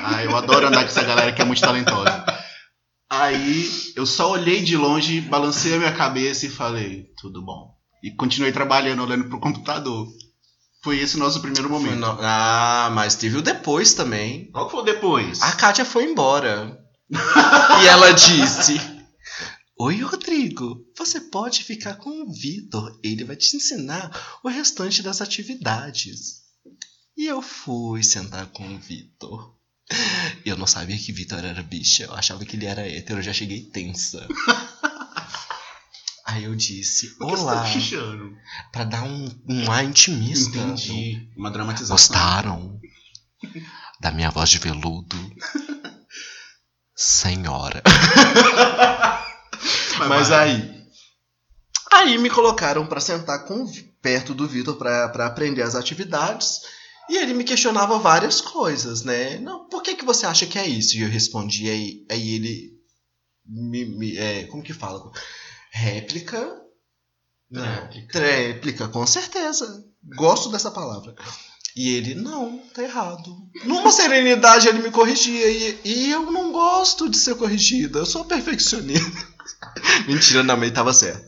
Ah, eu adoro andar com essa galera que é muito talentosa. Aí eu só olhei de longe, balancei a minha cabeça e falei, tudo bom. E continuei trabalhando, olhando pro computador. Foi esse o nosso primeiro Foi momento. no- Ah, mas teve o depois também. Qual que foi o depois? A Kátia foi embora. e ela disse: Oi, Rodrigo, você pode ficar com o Vitor, ele vai te ensinar o restante das atividades. E eu fui sentar com o Vitor. Eu não sabia que Vitor era bicha, eu achava que ele era hétero, eu já cheguei tensa. Aí eu disse: Por que você Olá, tá cochichando? pra dar um, um ar intimista. Entendi. Uma dramatização. Gostaram da minha voz de veludo? Senhora. Vai, Mas vai. aí. Aí me colocaram pra sentar com, o Vi- perto do Vitor pra pra aprender as atividades. E ele me questionava várias coisas, né? Não, por que, que você acha que é isso? E eu respondi, aí, aí ele. Me, me- é, como que fala? Réplica. Não. Tréplica. Tréplica, com certeza. Gosto dessa palavra. E ele, não, tá errado. Numa serenidade ele me corrigia. E, e eu não gosto de ser corrigida. Eu sou perfeccionista. Mentira, não, ele tava certo.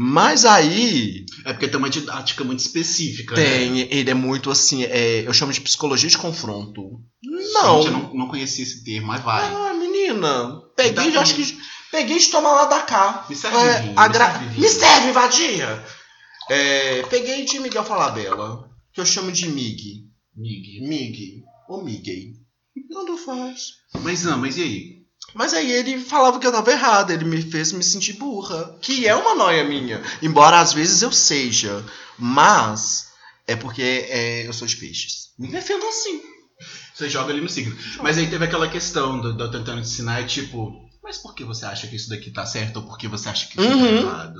Mas aí É porque tem uma didática muito específica. Né? tem, ele é muito assim, é, eu chamo de psicologia de confronto. Gente, eu Não. não, não conhecia esse termo, mas vai. Ah, menina, Dá peguei, já acho pra- que peguei de tomar lá da cá. Me serve É, vinho, a me gra- serve vinho. Me serve, vadia! É, peguei de Miguel Falabella, que eu chamo de Mig. Mig. Mig. Ou Miguel. Tanto faz. Mas não, mas e aí? Mas aí ele falava que eu tava errada, ele me fez me sentir burra. Que é uma noia minha. Embora às vezes eu seja. Mas é porque é, eu sou de peixes. Me defendo assim. Você joga ali no signo. Mas aí teve aquela questão do, do tentando ensinar, é tipo, mas por que você acha que isso daqui tá certo ou por que você acha que isso Uhum. tá errado?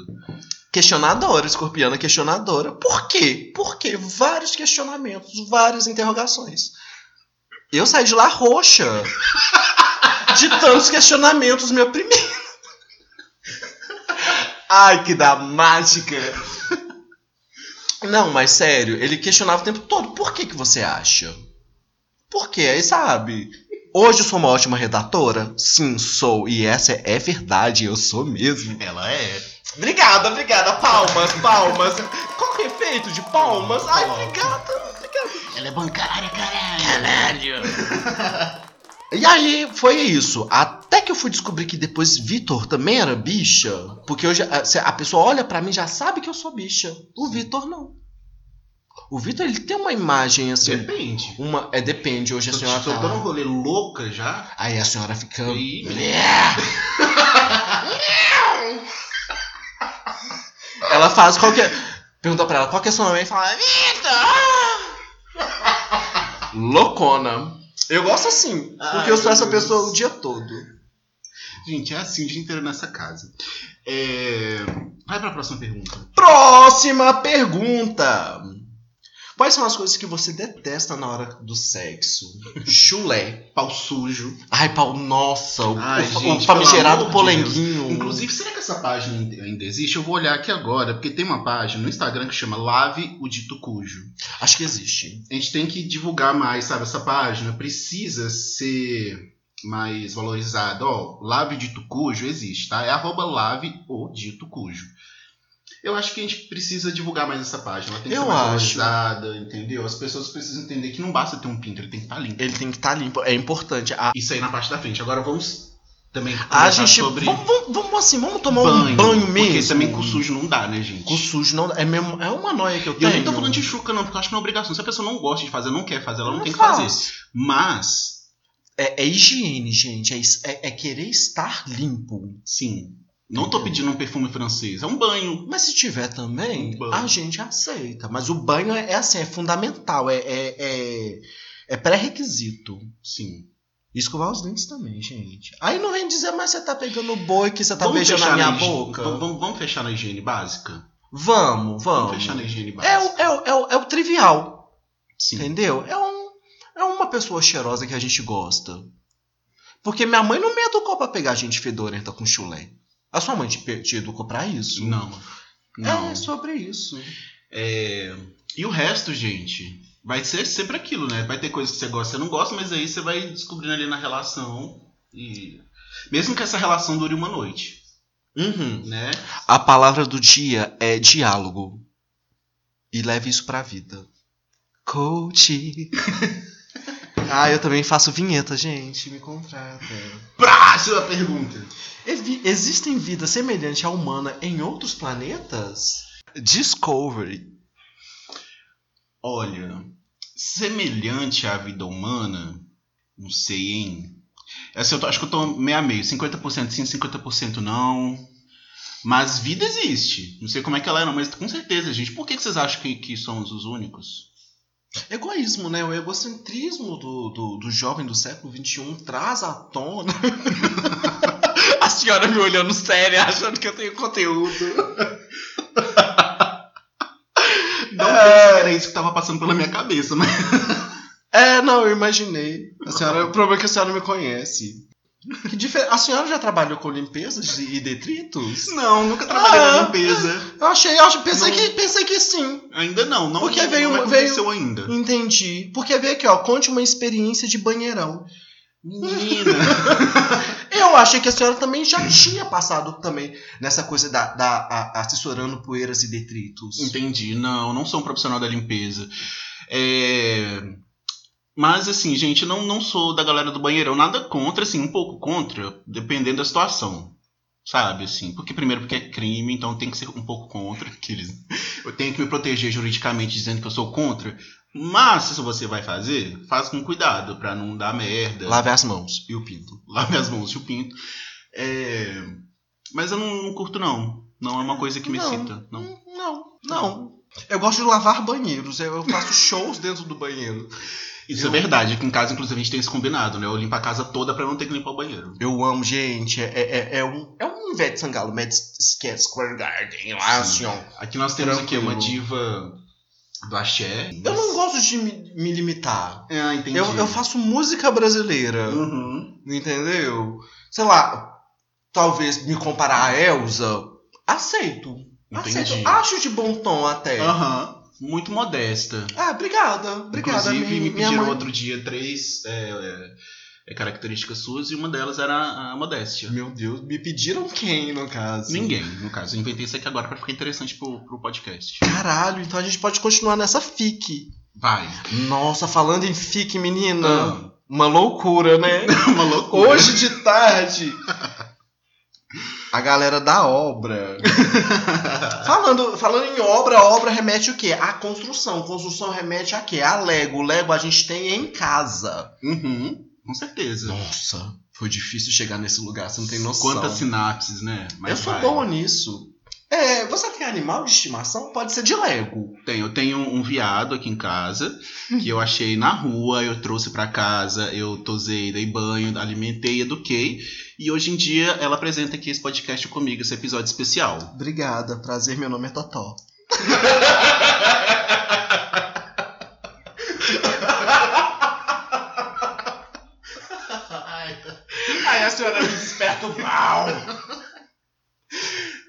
Questionadora, escorpiana questionadora. Por quê? Por quê? Vários questionamentos, várias interrogações. Eu saí de lá roxa. De tantos questionamentos, meu primeiro. Ai, que da mágica. Não, mas sério, ele questionava o tempo todo. Por que que você acha? Por quê? Aí sabe. Hoje eu sou uma ótima redatora? Sim, sou. E essa é, é verdade, eu sou mesmo. Ela é. Obrigada, obrigada. Palmas, palmas. Qual que é? efeito de palmas. Ai, Palmas. obrigado. Ela é bancária, caralho. E aí, foi isso. Até que eu fui descobrir que depois Vitor também era bicha. Porque hoje a, se a pessoa olha pra mim e já sabe que eu sou bicha. O Vitor não. O Vitor, ele tem uma imagem assim. Depende. Uma, é, depende. Hoje a Tô senhora tô dando fala. um rolê louca já. Aí a senhora fica. Ih, Ela faz qualquer. Pergunta pra ela qual que é seu nome e fala. Vitor! Loucona. Eu gosto assim, porque Ai, eu sou essa meu Deus. pessoa o dia todo. Gente, é assim o dia inteiro nessa casa. É... Vai pra próxima pergunta. Próxima pergunta. Quais são as coisas que você detesta na hora do sexo? Chulé. Pau sujo. Ai, pau, nossa, o, Ai, o- o gente, famigerado pelo amor de polenguinho. Inclusive, será que essa página ainda- ainda existe? Eu vou olhar aqui agora, porque tem uma página no Instagram que chama Lave o Dito Cujo. Acho que existe. A gente tem que divulgar mais, sabe? Essa página precisa ser mais valorizada. Ó, Lave o Dito Cujo existe, tá? É arroba Lave o Dito Cujo. Eu acho que a gente precisa divulgar mais essa página. Ela tem que Eu ser mais acho. valorizada, entendeu? As pessoas precisam entender que não basta ter um pinto, ele tem que estar limpo. Ele tem que estar limpo, é importante. A, Isso aí na parte da frente. Agora vamos também a comentar gente. sobre Vamos, vamos- vamos assim, vamos tomar banho, um banho Porque mesmo. também com sujo não dá, né, gente? Com sujo não é mesmo, é uma noia que eu E tenho. eu nem tô falando de chuca, não, porque eu acho que não é obrigação. Se a pessoa não gosta de fazer, não quer fazer, ela não, Não tem que faz. fazer. Mas, É, é higiene, gente. É, is- é- é querer estar limpo. sim, não tô pedindo um perfume francês, é um banho. Mas se tiver também, Um banho. a gente aceita. Mas o banho é, é assim, é fundamental, é, é, é- é pré-requisito. Sim. Escovar os dentes também, gente. Aí não vem dizer, mas você tá pegando o boi que você tá Vamos beijando a fechar minha higi- boca. Vamos, vamos- vamos fechar na higiene básica? Vamos, Vamos, vamos. fechar na higiene básica. É o, é, o, é, o, é o trivial, Sim. entendeu? É, um, é uma pessoa cheirosa que a gente gosta. Porque minha mãe não me educou pra pegar gente fedorenta com chulé. A sua mãe te, pe- te educou pra isso? Não. Não. É sobre isso. É, E o resto, gente, vai ser sempre aquilo, né? Vai ter coisas que você gosta e você não gosta, mas aí você vai descobrindo ali na relação. E... Mesmo que essa relação dure uma noite, Uhum. né? A palavra do dia é diálogo. E leve isso pra vida. Coach. ah, eu também faço vinheta, gente. Me contrata. Próxima pergunta. Evi- Existem vidas semelhantes à humana em outros planetas? Discovery. Olha, semelhante à vida humana, não sei, hein? Essa eu tô- acho que eu tô meio a meio, 50% sim, 50% não. Mas vida existe. Não sei como é que ela é, não, mas com certeza, gente. Por que, que vocês acham que, que somos os únicos? Egoísmo, né? O egocentrismo do, do, do jovem do século XXI traz à tona. A senhora me olhando séria, achando que eu tenho conteúdo. Não sei se era isso que tava passando pela minha cabeça, mas. É, não, eu imaginei. A senhora, o problema é que a senhora me conhece. Que difer... A senhora já trabalhou com limpezas e e detritos? Não, nunca trabalhei Ah. na limpeza. Eu achei, eu achei- pensei, Não. que, pensei que sim. Ainda não, não, Porque veio não uma- aconteceu ainda. Entendi. Porque vê aqui, ó, conte uma experiência de banheirão. Menina. Eu achei que a senhora também já tinha passado também nessa coisa da, da a- assessorando poeiras e detritos. Entendi. Não, não sou um profissional da limpeza. É, Mas, assim, gente, não, não sou da galera do banheirão. Nada contra, assim, um pouco contra, dependendo da situação. Sabe, assim, porque primeiro porque é crime, então tem que ser um pouco contra. Que eles... Eu tenho que me proteger juridicamente dizendo que eu sou contra. Mas, se você vai fazer, faz com cuidado, pra não dar merda. Lave as mãos e o pinto. lave as mãos, eu pinto. É, Mas eu não, não curto, não. Não é uma coisa que me Não. excita. Não. Hum, Não, não. Eu gosto de lavar banheiros. Eu eu faço shows dentro do banheiro. Isso Eu- é verdade, aqui em casa, inclusive, a gente tem esse combinado, né? Eu limpo a casa toda pra não ter que limpar o banheiro. Eu amo, gente. É, é, é um, é um Ivete Sangalo, Mad Sketch Square Garden lá, Sim. assim, ó. Aqui nós temos Tranquilo. aqui uma diva do axé. Eu não gosto de me, me limitar. Ah, entendi. Eu, eu faço música brasileira, Uhum. entendeu? Sei lá, talvez me comparar a Elsa, aceito. Entendi. Aceito. Acho de bom tom até. Aham. Muito modesta. Ah, obrigada. Obrigada. inclusive, mi- me minha pediram mãe- outro dia três é, é, é, características suas, e uma delas era a, a modéstia. Meu assim. Deus, me pediram quem, no caso? Ninguém, no caso. Eu inventei isso aqui agora pra ficar interessante pro, pro podcast. Caralho, então a gente pode continuar nessa fic. Vai. Nossa, falando em fic, menina. Ah, Uma loucura, né? uma loucura. Hoje de tarde. A galera da obra. falando, falando em obra, obra remete o quê? A construção. Construção remete a quê? A Lego. Lego a gente tem em casa. Uhum, com certeza. Nossa, foi difícil chegar nesse lugar, você não tem noção. Quantas sinapses, né? Eu sou vai. boa nisso. É, você tem animal de estimação? Pode ser de Lego. Tem, eu tenho um viado aqui em casa que eu achei na rua, eu trouxe pra casa, eu tosei, dei banho, alimentei, eduquei. E hoje em dia ela apresenta aqui esse podcast comigo, esse episódio especial. Obrigada, prazer, meu nome é Totó. Ai, a senhora me desperta o mal.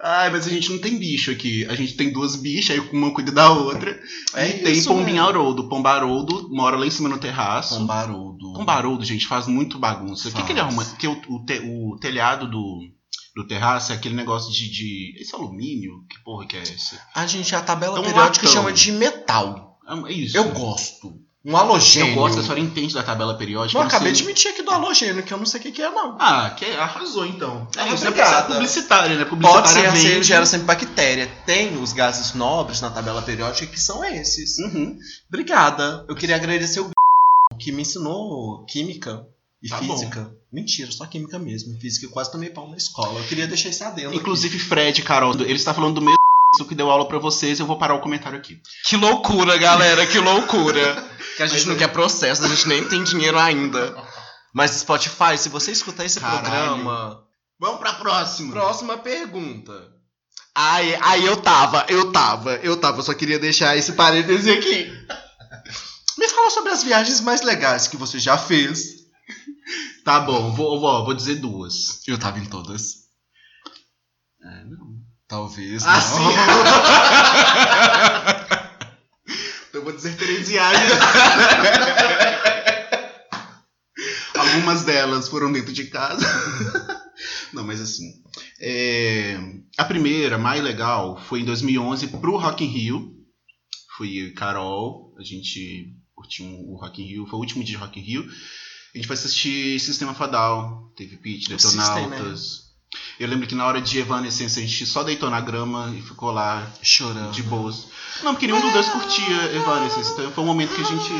Ai, mas a gente não tem bicho aqui. A gente tem duas bichas, aí uma cuida da outra. É e tem isso Pombinho mesmo. Haroldo. Pomba Haroldo mora lá em cima no terraço. Com barulho. Com um barulho, gente, faz muito bagunça. O que, Faz. que ele arruma? Porque o, o te- o telhado do, do terraço é aquele negócio de, de- Esse alumínio? Que porra que é esse? A gente, a tabela Então, periódica latão. chama de metal. É isso. Eu gosto. Um halogênio. Eu gosto, a senhora entende da tabela periódica. Não, eu não acabei de sei- mentir aqui do halogênio, que eu não sei o que, que é, não. Ah, que arrasou então. Ah, isso é obrigada. publicitária, né? Publicitária Pode ser, a vende. ceia gera sempre bactéria. Tem os gases nobres na tabela periódica que são esses. Uhum. Obrigada. Eu queria agradecer o que me ensinou química e Tá bom. física. Mentira, só química mesmo. Física eu quase tomei pau na escola. Eu queria deixar esse adendo. aqui. Inclusive, Fred, Carol, ele está falando do mesmo que deu aula pra vocês, eu vou parar o comentário aqui. Que loucura, galera, que loucura. que a gente Mas não eu- quer processo, a gente nem tem dinheiro ainda. Mas Spotify, se você escutar esse Caralho. programa. Vamos pra próxima. Próxima pergunta. Ai, ai, eu tava, eu tava, eu tava, só queria deixar esse parêntese aqui. Me fala sobre as viagens mais legais que você já fez. Tá bom, vou, vou, vou dizer duas. Eu tava em todas. É, não. Talvez. Ah, não. sim. Eu vou dizer três viagens. Algumas delas foram dentro de casa. Não, mas assim. é, a primeira, mais legal, foi em 2011 pro Rock in Rio. Fui eu e Carol. A gente curtiu o Rock in Rio. Foi o último dia de Rock in Rio. A gente foi assistir Sistema Fadal. Teve Pit, Assistem, né? Detonautas. Eu lembro que na hora de Evanescence a gente só deitou na grama e ficou lá Chorando. de boas. Não, porque nenhum dos dois curtia Evanescence, então foi um momento que a gente.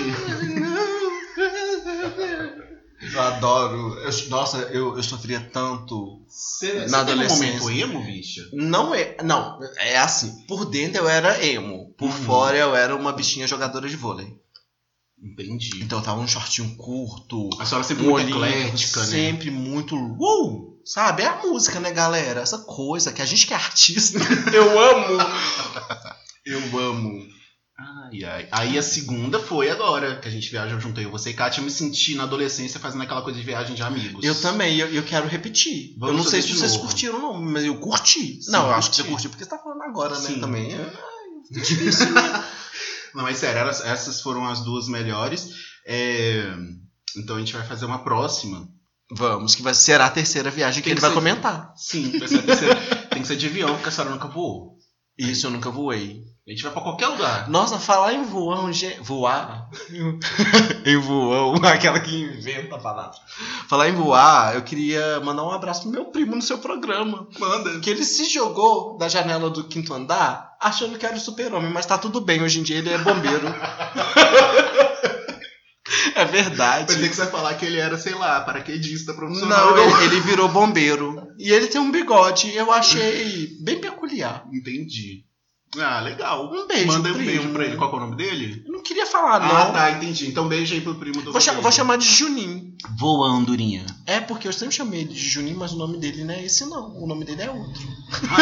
Eu adoro. Eu- nossa, eu, eu sofria tanto. Você Na teve um adolescência. momento emo, bicha? Não é. Não, é assim. Por dentro eu era emo. Por Uhum. fora eu era uma bichinha jogadora de vôlei. Entendi. Então eu tava um shortinho curto. A senhora sempre Um muito olhinho eclética, né? sempre muito. Uh, sabe? É a música, né, galera? Essa coisa que a gente que é artista. eu amo! Eu amo. Ai, ai. Aí a segunda foi agora, que a gente viajou junto eu, você e Kátia. Eu me senti na adolescência fazendo aquela coisa de viagem de amigos. Eu também, eu, eu quero repetir. Vamos eu não sei se fazer de vocês novo. curtiram ou não, mas eu curti. Sim, não, eu acho que você curti. curtiu porque você tá falando agora, né? Sim. Também. É. Não, mas sério, elas- essas foram as duas melhores. É, Então a gente vai fazer uma próxima. Vamos, que vai, será a terceira viagem que, Tem ele que vai ser- comentar. Sim, vai ser a terceira. tem que ser de avião, porque a senhora nunca voou. Isso, eu nunca voei. A gente vai pra qualquer lugar. Nossa, falar em voão, gente. Voar? em voão, aquela que inventa a palavra. Falar em voar, eu queria mandar um abraço pro meu primo no seu programa. Manda. Que ele se jogou da janela do quinto andar achando que era o super-homem, mas tá tudo bem, hoje em dia ele é bombeiro. é Pensei verdade. que você ia falar que ele era, sei lá, paraquedista profissional. Não, ele, ele virou bombeiro. E ele tem um bigode, eu achei bem peculiar. Entendi. Ah, legal. Um beijo, Manda um primo. beijo pra ele. Qual que é o nome dele? Eu não queria falar, Ah, não. tá, entendi. Então beijo aí pro primo do Vou, cha- vou chamar de Juninho. Voa, Andorinha. É porque eu sempre chamei ele de Juninho, mas o nome dele não é esse, não. O nome dele é outro. Ah,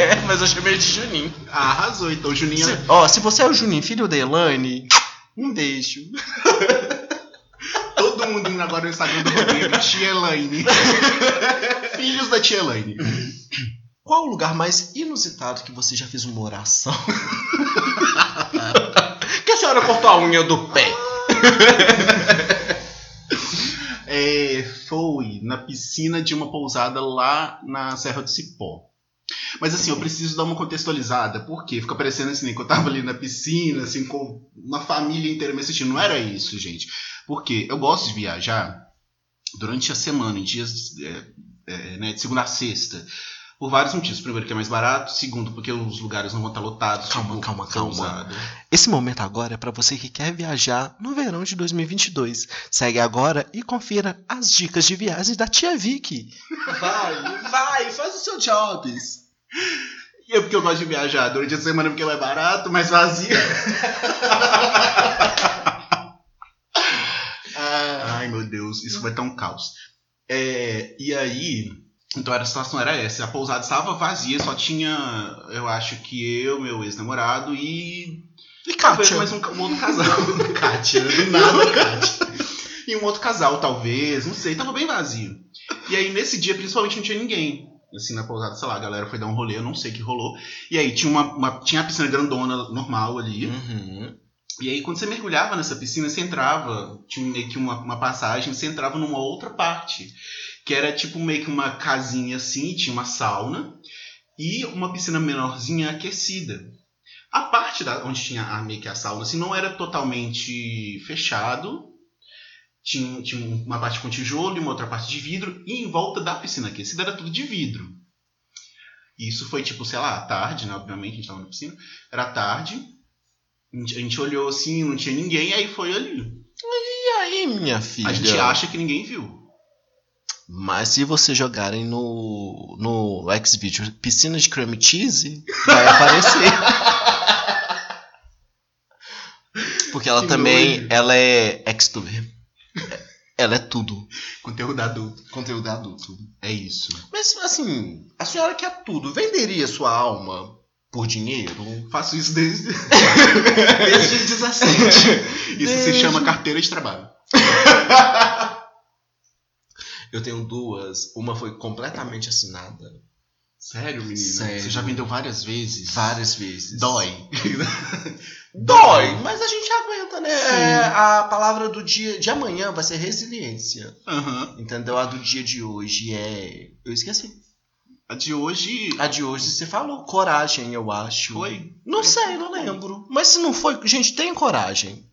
é? é, mas eu chamei ele de Juninho. Ah, arrasou. Então, Juninho... Se, ó, se você é o Juninho, filho da Elaine, um beijo. Todo mundo indo agora no Instagram do Rodrigo. Tia Elaine. Filhos da Tia Elaine. Qual o lugar mais inusitado que você já fez uma oração? que a senhora cortou a unha do pé. é, foi na piscina de uma pousada lá na Serra do Cipó. Mas assim, eu preciso dar uma contextualizada, porque fica parecendo assim, que eu tava ali na piscina, assim, com uma família inteira me assistindo. Não era isso, gente. Porque eu gosto de viajar durante a semana, em dias é, é, né, de segunda a sexta. Por vários motivos. Primeiro, que é mais barato. Segundo, porque os lugares não vão estar lotados. Calma, tipo, calma, calma. pousada. Esse momento agora é para você que quer viajar no verão de 2022. Segue agora e confira as dicas de viagem da tia Vicky. Vai, vai, faz o seu jobs. E é porque eu gosto de viajar durante a semana, porque ela é barato, mais vazia. Ai, meu Deus, isso vai estar um caos. É, e aí, então era- a situação era essa. A pousada estava vazia, só tinha, eu acho que eu, meu ex-namorado e E talvez Kátia, mais um, ca- um outro casal. Kátia, do nada, Kátia. E um outro casal, talvez, não sei, tava bem vazio. E aí, nesse dia, principalmente, não tinha ninguém. Assim, na pousada, sei lá, a galera foi dar um rolê, eu não sei o que rolou. E aí, tinha uma, uma- tinha a piscina grandona, normal ali. Uhum. E aí, quando você mergulhava nessa piscina, você entrava, tinha meio que uma, uma passagem, você entrava numa outra parte, que era tipo meio que uma casinha assim, tinha uma sauna e uma piscina menorzinha aquecida. A parte da, onde tinha a, meio que a sauna, assim, não era totalmente fechado, tinha, um- tinha uma parte com tijolo e uma outra parte de vidro, e em volta da piscina aquecida era tudo de vidro. E isso foi tipo, sei lá, à tarde, né? Obviamente, a gente tava na piscina, era à tarde. A gente- a gente olhou assim, não tinha ninguém, aí foi ali. E aí, minha filha? A gente acha que ninguém viu. Mas se vocês jogarem no, no Xvideo piscina de creme cheese, vai aparecer. Porque ela Que também, nojo. ela é ex-tuber. Ela é tudo. Conteúdo adulto. Conteúdo adulto. É isso. Mas, assim, a senhora quer tudo. Venderia sua alma por dinheiro? Faço isso desde, desde os 17. Isso se Desde- chama carteira de trabalho. Eu tenho duas. Uma foi completamente assinada. Sério, menina? Sério. Você já vendeu várias vezes? Várias vezes. Dói. Dói, mas a gente aguenta, né? Sim. É, a palavra do dia de amanhã vai ser resiliência. Aham. Entendeu? A do dia de hoje é. Eu esqueci. A de hoje A de hoje você falou coragem, eu acho. foi. Não sei, não lembro. Mas se não foi, gente, tenha coragem.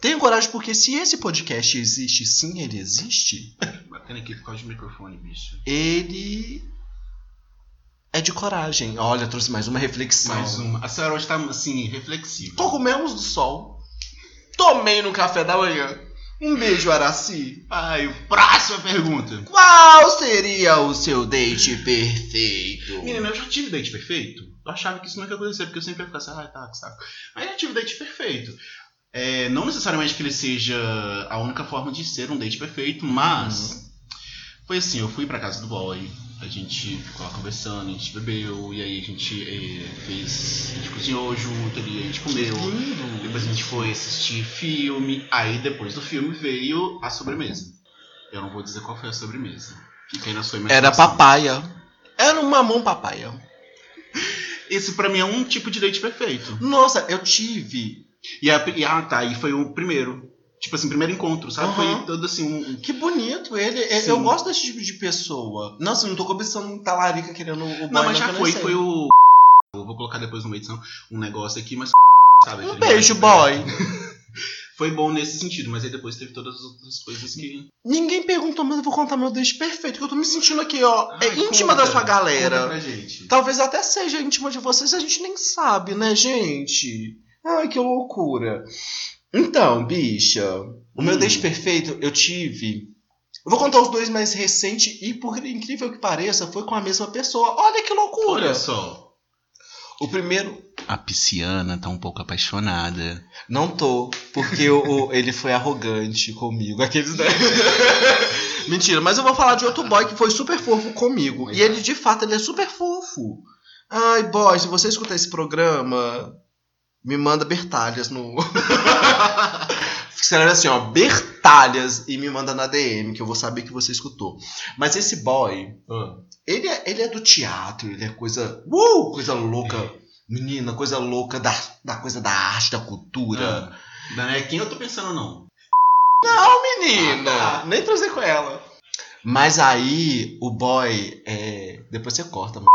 Tenha coragem, porque se esse podcast existe, sim, ele existe, Batendo aqui por causa do microfone, bicho. ele é de coragem. Olha, trouxe mais uma reflexão. Mais uma. A senhora hoje tá, assim, reflexiva. Cogumelos do sol. Tomei no café da manhã. Um beijo, Araci. Ai, próxima pergunta. Qual seria o seu date perfeito? Menina, eu já tive date perfeito. Eu achava que isso nunca ia acontecer, porque eu sempre ia ficar assim, ah, tá, que saco. Mas eu já tive date perfeito. É, não necessariamente que ele seja a única forma de ser um date perfeito, mas foi assim, eu fui pra casa do boy, a gente ficou lá conversando, a gente bebeu, e aí a gente eh, fez. A gente cozinhou junto ali, a gente comeu. Depois a gente foi assistir filme, aí depois do filme veio a sobremesa. Eu não vou dizer qual foi a sobremesa. Fica aí na sua imaginação. Era papaya. Era um mamão papaya. Esse pra mim é um tipo de date perfeito. Nossa, eu tive. E, a, e ah, tá, e foi o primeiro. Tipo assim, primeiro encontro, sabe? Aham. Foi todo assim um. Que bonito ele. ele- Sim. Eu gosto desse tipo de pessoa. Nossa, eu não tô cobiçando um talarica querendo o Não, boy, mas já que eu nem foi, sei. foi o. Eu vou colocar depois numa edição um negócio aqui, mas. Sabe, Um aquele beijo, negócio- boy. Foi bom nesse sentido, mas aí depois teve todas as outras coisas que. Ninguém perguntou, mas eu vou contar meu date perfeito, que eu tô me sentindo aqui, ó. É Ai, íntima conta, da sua Conta galera. pra gente. Talvez até seja íntima de vocês, a gente nem sabe, né, gente? Ai, que loucura. Então, bicha, o meu Hum. date perfeito eu tive. Eu vou contar os dois mais recentes e, por incrível que pareça, foi com a mesma pessoa. Olha que loucura! Olha só. O primeiro. A pisciana tá um pouco apaixonada. Não tô, porque o- o- ele foi arrogante comigo. Aqueles. né? Mentira, mas eu vou falar de outro boy que foi super fofo comigo. E ele, de fato, ele é super fofo. Ai, boy, se você escutar esse programa, me manda Bertalhas no. Será assim, ó, Bertalhas e me manda na DM, que eu vou saber que você escutou. Mas esse boy, Ah. ele é, ele é do teatro, ele é coisa. Uh, coisa louca. Menina, coisa Ah. louca da, da coisa da arte, da cultura. Não é quem eu tô pensando, não. Não, menina! Ah, Nem trazer com ela. Mas aí, o boy. é, Depois você corta, mano.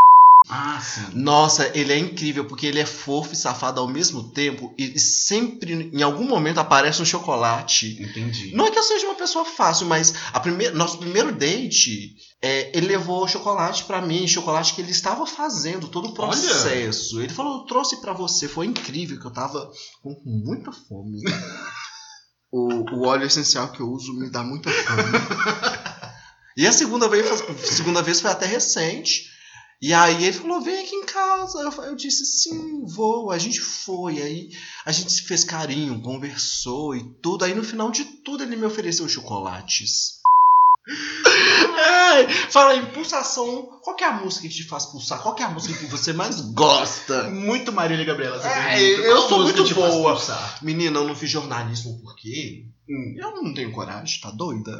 Ah, sim. Nossa, ele é incrível porque ele é fofo e safado ao mesmo tempo e sempre, em algum momento, aparece um chocolate. Entendi. Não é que eu seja uma pessoa fácil, mas a primeira, nosso primeiro date, é, ele levou chocolate pra mim, chocolate que ele estava fazendo, todo o processo. Ele falou, eu trouxe pra você, foi incrível, que eu tava com muita fome. o, o óleo essencial que eu uso me dá muita fome. e a segunda vez, segunda vez foi até recente. E aí ele falou, vem aqui em casa. Eu, fa- eu disse, sim, vou. A gente foi. Aí a gente se fez carinho, conversou e tudo. Aí no final de tudo ele me ofereceu chocolates. Ai, fala aí, pulsação. Qual que é a música que te faz pulsar? Qual que é a música que você mais gosta? Muito Marília Gabriela, essa É, pergunta. eu Qual sou música muito te faz boa. pulsar? Menina, eu não fiz jornalismo porque eu não tenho coragem, tá doida?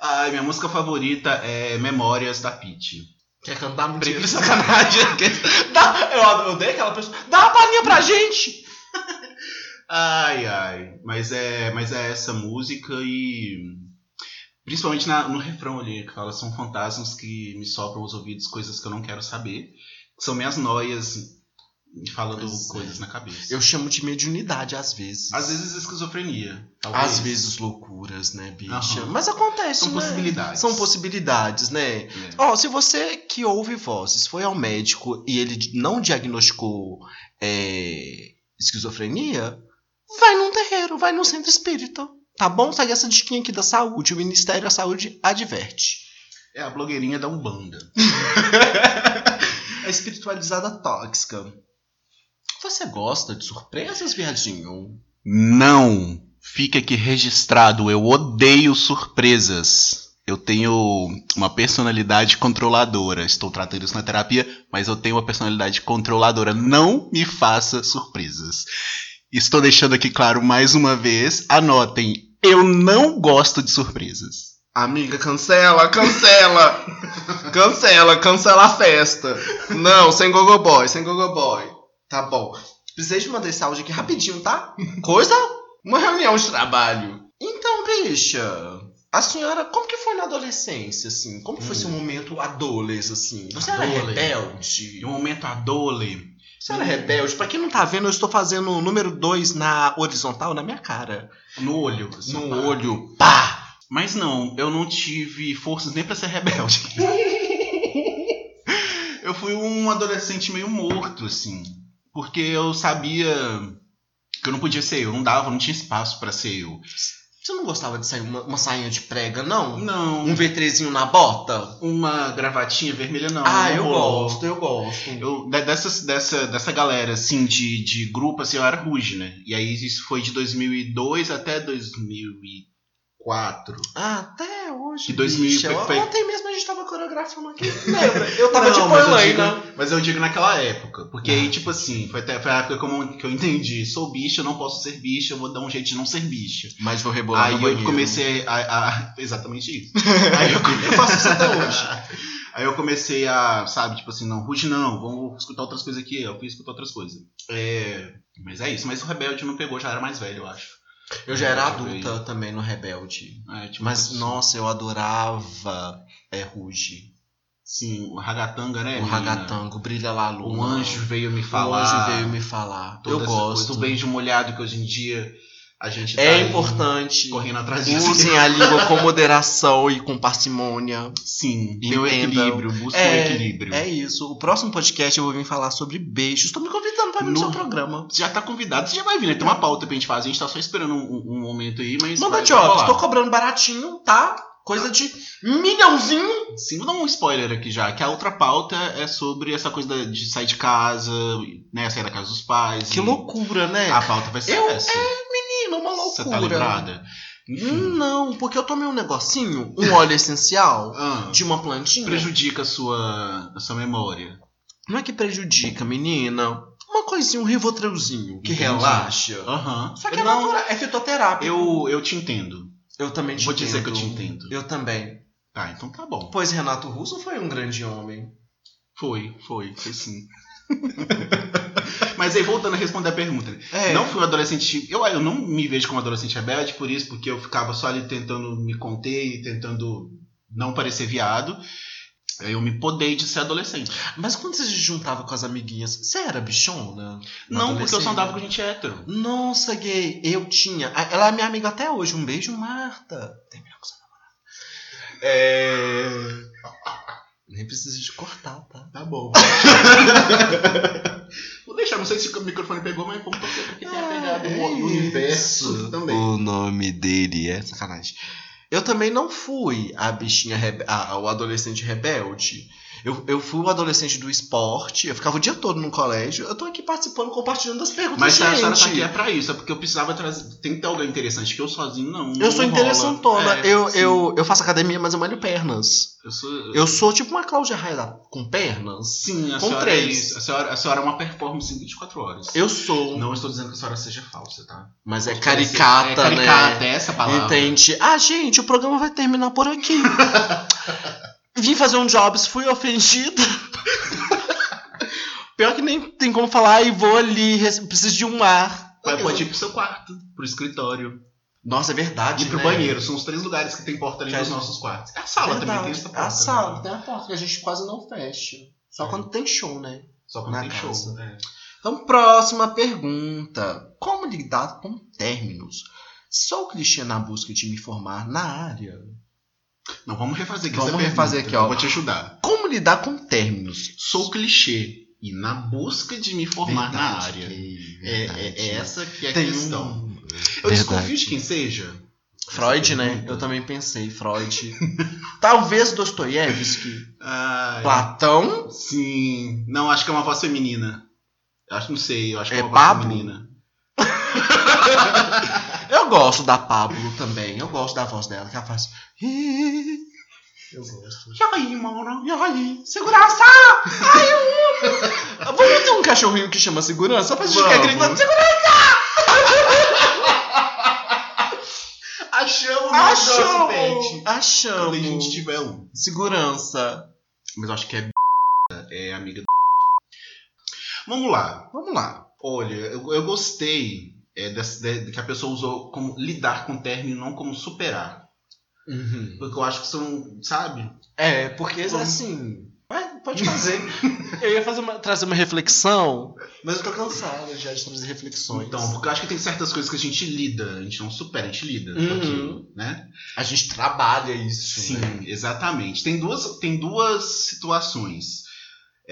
Ai, minha música favorita é Memórias da Pitty. Quer cantar muito? Preguiça sacanagem. Dá, eu odeio aquela pessoa. Dá uma palhinha pra gente! Ai, ai. Mas é, mas é essa música e. Principalmente na- no refrão ali, que fala: são fantasmas que me sopram os ouvidos coisas que eu não quero saber. Que são minhas noias me falando Pois é. coisas na cabeça. Eu chamo de mediunidade às vezes. Às vezes esquizofrenia. talvez. Às vezes loucuras, né, bicha? Aham. Mas acontece, São né? possibilidades. São possibilidades, né? É. Ó, se você que ouve vozes foi ao médico e ele di- não diagnosticou é, esquizofrenia, vai num terreiro, vai num centro espírita. Tá bom? Segue essa diquinha aqui da saúde. O Ministério da Saúde adverte. É a blogueirinha da Umbanda. A É espiritualizada tóxica. Você gosta de surpresas, viadinho? Não! Fica aqui registrado, eu odeio surpresas. Eu tenho uma personalidade controladora. Estou tratando isso na terapia, mas eu tenho uma personalidade controladora. Não me faça surpresas. Estou deixando aqui claro mais uma vez. Anotem, eu não gosto de surpresas. Amiga, cancela, cancela! cancela, cancela a festa. Não, sem gogoboy, sem gogoboy. Tá bom. Precisei te mandar esse áudio aqui rapidinho, tá? Coisa? Uma reunião de trabalho. Então, bicha, a senhora, como que foi na adolescência, assim? Como que foi Hum. seu momento adoles, assim? Você era Adolescente. rebelde? um momento adole. Você era rebelde? Pra quem não tá vendo, eu estou fazendo o número 2 na horizontal, na minha cara. No olho. assim, No pá. olho. Pá! Mas não, eu não tive forças nem pra ser rebelde. eu fui um adolescente meio morto, assim. Porque eu sabia que eu não podia ser eu, não dava, não tinha espaço pra ser eu. Você não gostava de sair uma, uma sainha de prega, não? Um Não, V3zinho na bota? uma gravatinha vermelha não. ah, não eu rolou. gosto, eu gosto. Eu, de- dessas, dessa, dessa galera, assim, de, de grupo, assim, eu era ruge, né? E aí isso foi de 2002 até 2004. Ah, até hoje. Que 2000 bicha. foi- foi- Ontem mesmo a gente tava coreografando aqui. Lembra? Eu tava Não, de tipo mas eu Elaine. Mas eu digo naquela época. Porque Ah. aí, tipo assim, foi, até, foi a época que eu, que eu entendi. Sou bicho, eu não posso ser bicho, eu vou dar um jeito de não ser bicho. Mas vou rebolar. Aí eu comecei a. a- exatamente isso. Aí eu, come- Eu faço isso até hoje. aí eu comecei a, sabe, tipo assim, não, Ruge não, vamos escutar outras coisas aqui. Eu fui escutar outras coisas. É, mas é isso. Mas o Rebelde não pegou, já era mais velho, eu acho. Eu já era Deixa eu ver adulta também no Rebelde. É, tipo, Mas, assim, nossa, eu adorava é, Ruge. Sim, o Ragatanga, né? o menina? Ragatango, Brilha lá, Lua. Um anjo veio me O falar. anjo veio me falar. Toda Eu essa gosto. Coisa, o beijo molhado que hoje em dia a gente tá né? É aí importante. correndo atrás disso. Usem a língua com moderação e com parcimônia. Sim, tem um Entendam. equilíbrio, busca um equilíbrio. É isso. O próximo podcast eu vou vir falar sobre beijos. Tô me convidando pra vir no No- seu programa. Você já tá convidado, você já vai vir, né? Tem uma pauta pra gente fazer, a gente tá só esperando um, um momento aí, mas. Manda vai- jobs. vai Tô rolar. cobrando baratinho, tá? Coisa de milhãozinho. Sim, vou dar um spoiler aqui já, que a outra pauta é sobre essa coisa da- de sair de casa, né? Sair da casa dos pais. Que e- loucura, né? A pauta vai ser Eu- essa. Menina, uma Você loucura. tá lembrada? Hum, Enfim. não, porque eu tomei um negocinho, um óleo essencial Ah, de uma plantinha. prejudica a sua, a sua memória. Não é que prejudica, menina. Uma coisinha, um rivotrilzinho que Entendi. relaxa. Aham. Só que é não, natural, é fitoterápico. eu, eu te entendo. eu também te Vou dizer que eu te entendo. Eu também. Tá, então tá bom. Pois Renato Russo foi um grande homem. Foi, foi, foi sim. Mas aí, voltando a responder a pergunta, né? É, Não fui um adolescente. Eu, eu não me vejo como adolescente rebelde por isso, porque eu ficava só ali tentando me conter e tentando não parecer viado. Aí Eu me podei de ser adolescente. mas quando você se juntava com as amiguinhas, você era bichona? Na não, porque eu só adolescência? andava com gente hétero. Nossa, gay, eu tinha. a- Ela é minha amiga até hoje. Um beijo, Marta. Terminou com sua namorada. É. Nem precisa de cortar, tá? Tá bom. Vou deixar, não sei se o microfone pegou, mas vamos torcer porque tenha pegado é o universo isso. também. O nome dele é. Sacanagem. Eu também não fui a bichinha, rebe- a- o adolescente rebelde. Eu, eu fui o adolescente do esporte, eu ficava o dia todo no colégio. Eu tô aqui participando, compartilhando as perguntas. Mas a gente. senhora tá aqui é pra isso, é porque eu precisava trazer. Tem que ter alguém interessante, que eu sozinho não. Eu sou interessantona. eu, eu, eu, eu faço academia, mas eu malho pernas. eu sou. Eu sou tipo uma Cláudia Raia da- com pernas. Sim, a com senhora, três. é isso. A, senhora, a senhora é uma performance em 24 horas. Eu sou. Não estou dizendo que a senhora seja falsa, tá? Mas é caricata, é caricata, né? é essa a palavra. Entende? Ah, gente, o programa vai terminar por aqui. Vim fazer um jobs, fui ofendida. Pior que nem tem como falar, e vou ali, res- preciso de um ar. Mas pode ir pro seu quarto, pro escritório, Nossa, é verdade. e pro né? banheiro. São os três lugares que tem porta ali Que a nos gente- nossos quartos. É a sala também, Verdade. tem essa porta. É a sala, né? tem a porta que a gente quase não fecha. Só É. quando tem show, né? Só quando Na tem casa. show. né? Então, próxima pergunta. Como lidar com términos? Sou cristã na busca de me formar na área. Não, vamos refazer aqui Vamos essa refazer aqui, pergunta. ó. Eu Vou te ajudar. Como lidar com términos? Sou clichê e na busca de me formar na área. É, é- é essa que é a um questão. Eu desconfio de quem seja. Freud, Essa né? pergunta. Eu também pensei, Freud. Talvez Dostoiévski. Ai, Platão? Ah, Sim. Não, acho que é uma voz feminina. Eu Acho não sei, eu acho que é É uma Pablo? voz feminina. Eu gosto da Pablo também. Eu gosto da voz dela, que ela faz. "Ih, Eu gosto. E aí, mano? E aí? Segurança! Ai, eu amo! Vamos ter um cachorrinho que é chama segurança pra gente ficar Vamos. gritando. Achamos o nosso Achamos! pet. Quando a Achamos! gente tiver um. Segurança. Mas eu acho que é é amiga do Vamos lá, vamos lá. Olha, eu, eu gostei é, dessa- de- que a pessoa usou como lidar com o término, não como superar. Uhum. Porque eu acho que são, sabe? É, porque Vamos. assim. vai, Pode fazer. eu ia fazer uma- trazer uma reflexão, mas eu tô cansado já de trazer reflexões. Então, porque eu acho que tem certas coisas que a gente lida, a gente não supera, a gente lida. com Uhum. aquilo, né? a gente trabalha isso. Sim, né? exatamente. Tem duas, tem duas situações.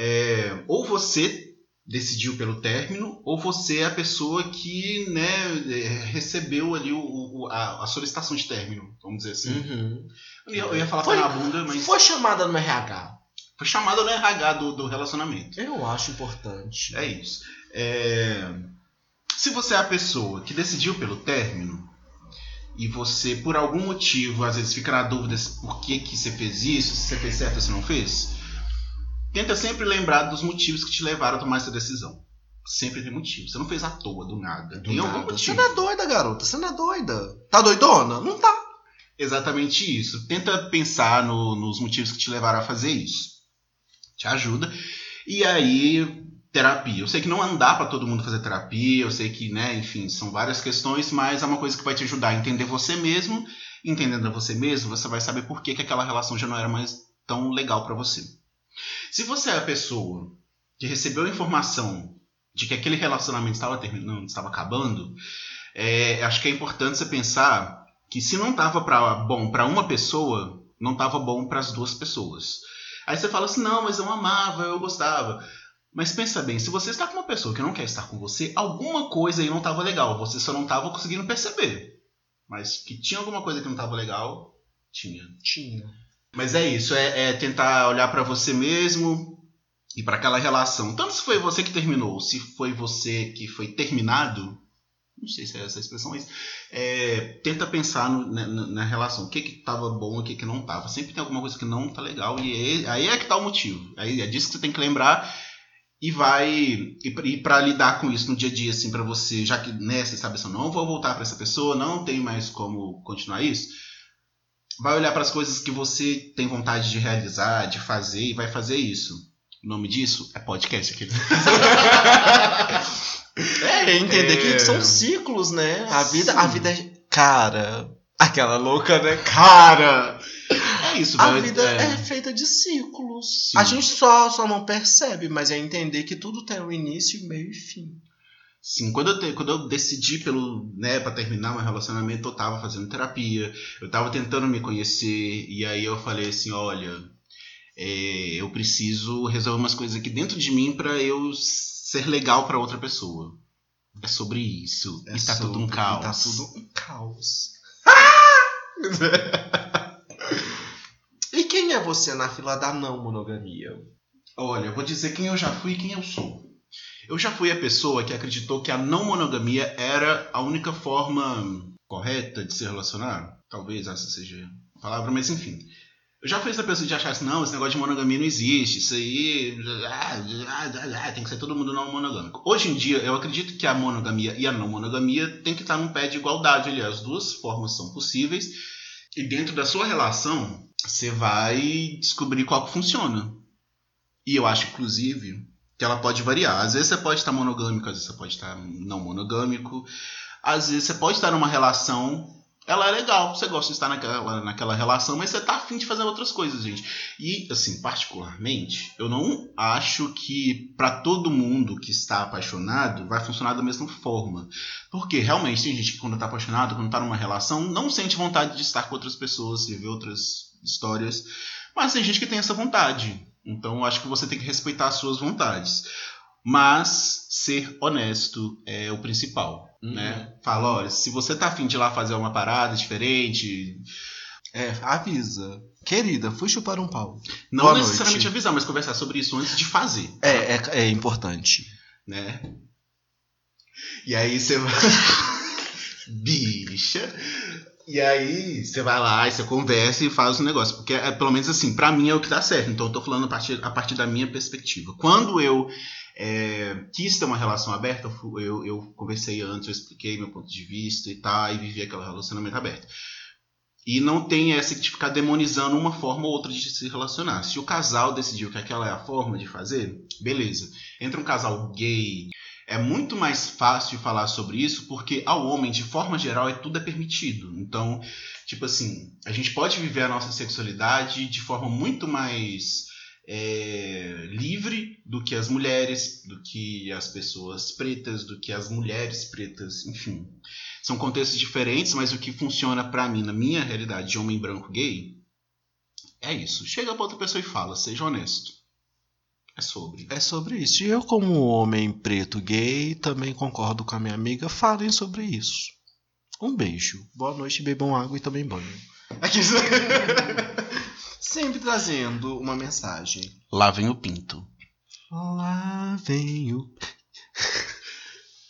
É, ou você decidiu pelo término, ou você é a pessoa que né, é, recebeu ali o, o- a, a solicitação de término, vamos dizer assim. Uhum. Eu, ia- eu ia falar Foi- pé na bunda, mas foi, Foi chamada no RH. chamada no RH do, do relacionamento. Eu acho importante. É isso. É, Se você é a pessoa que decidiu pelo término e você, por algum motivo, às vezes fica na dúvida se- por que, que você fez isso, se você fez certo ou se não fez, tenta sempre lembrar dos motivos que te levaram a tomar essa decisão. Sempre tem motivo. Você não fez à toa, do nada. Do tem nada. algum Você motivo. não é doida, garota. Você não é doida. Tá doidona? Não tá. Exatamente isso. Tenta pensar no- nos motivos que te levaram a fazer isso. Te ajuda. E aí, terapia. Eu sei que não dá pra todo mundo fazer terapia, eu sei que, né, enfim, são várias questões, mas é uma coisa que vai te ajudar a entender você mesmo. Entendendo você mesmo, você vai saber por que, que aquela relação já não era mais tão legal pra você. Se você é a pessoa que recebeu a informação de que aquele relacionamento estava terminando, estava acabando, é, acho que é importante você pensar que se não tava pra, bom para uma pessoa, não tava bom para as duas pessoas. Aí você fala assim: "Não, mas eu amava, eu gostava". Mas pensa bem, se você está com uma pessoa que não quer estar com você, alguma coisa aí não tava legal, você só não tava conseguindo perceber. Mas que tinha alguma coisa que não tava legal, tinha. Tinha. Mas é isso, é, é tentar olhar pra você mesmo e pra aquela relação. Tanto se foi você que terminou, se foi você que foi terminado, não sei se é essa a expressão, mas é, tenta pensar no- né, na, na- na relação. O que que tava bom, o que que não tava. Sempre tem alguma coisa que não tá legal e aí, aí é que tá o motivo. Aí é disso que você tem que lembrar e vai e, pra- e para lidar com isso no dia a dia assim pra você, já que né, você sabe assim, eu não vou voltar pra essa pessoa, não tem mais como continuar isso vai olhar para as coisas que você tem vontade de realizar, de fazer e vai fazer isso. O nome disso é podcast aquele. É, entender É. que são ciclos, né? A vida, a vida é. Cara. Aquela louca, né? Cara! É isso, A vai- vida é. é feita de ciclos. Sim. A gente só, só não percebe, mas é entender que tudo tem um início, meio e fim. Sim, quando eu, te- quando eu decidi pelo, né, para terminar meu relacionamento, eu tava fazendo terapia, eu tava tentando me conhecer, e aí eu falei assim, olha, é, eu preciso resolver umas coisas aqui dentro de mim pra eu ser legal pra outra pessoa. É sobre isso. e tá tudo um caos. É Tá tudo um caos. e quem é você na fila da não monogamia? Olha, eu vou dizer quem eu já fui e quem eu sou. Eu já fui a pessoa que acreditou que a não monogamia era a única forma correta de se relacionar. Talvez essa seja a palavra, mas enfim. Eu já fui essa pessoa de achar assim, não, esse negócio de monogamia não existe, isso aí. ah, ah, ah, ah, tem que ser todo mundo não monogâmico. Hoje em dia, eu acredito que a monogamia e a não monogamia tem que estar num pé de igualdade ali. As duas formas são possíveis. E dentro da sua relação, você vai descobrir qual que funciona. E eu acho, inclusive, que ela pode variar. Às vezes você pode estar monogâmico, às vezes você pode estar não monogâmico. Às vezes você pode estar numa relação. Ela é legal, você gosta de estar naquela, naquela relação, mas você tá afim de fazer outras coisas, gente. E, assim, particularmente, eu não acho que para todo mundo que está apaixonado vai funcionar da mesma forma. Porque realmente tem gente que quando tá apaixonado, quando tá numa relação, não sente vontade de estar com outras pessoas, viver outras histórias. Mas tem gente que tem essa vontade. Então eu acho que você tem que respeitar as suas vontades. Mas ser honesto é o principal, Uhum. né? Fala, olha, se você tá afim de ir lá fazer uma parada diferente, É, avisa. Querida, fui chupar um pau. não Boa necessariamente noite. avisar, mas conversar sobre isso antes de fazer, É, é, é importante. né? E aí você vai... Bicha! E aí você vai lá, e você conversa e faz o negócio. Porque, é, pelo menos assim, pra mim é o que dá certo. Então eu tô falando a partir, a partir da minha perspectiva. Quando eu é, quis ter uma relação aberta, eu, fu- eu, eu conversei antes, eu expliquei meu ponto de vista e tal, e vivi aquele relacionamento aberto. E não tem essa de ficar demonizando uma forma ou outra de se relacionar. Se o casal decidiu que aquela é a forma de fazer, beleza. Entra um casal gay. É muito mais fácil de falar sobre isso porque ao homem, de forma geral, é tudo é permitido. Então, tipo assim, a gente pode viver a nossa sexualidade de forma muito mais é, livre do que as mulheres, do que as pessoas pretas, do que as mulheres pretas, enfim. São contextos diferentes, mas o que funciona pra mim, na minha realidade de homem branco gay, é isso. Chega pra outra pessoa e fala, seja honesto. É sobre. É sobre isso. E eu, como homem preto gay, também concordo com a minha amiga. Falem sobre isso. Um beijo. Boa noite, bebam água e também banho. Aqui. Sempre trazendo uma mensagem. Lá vem o pinto. Lá vem o.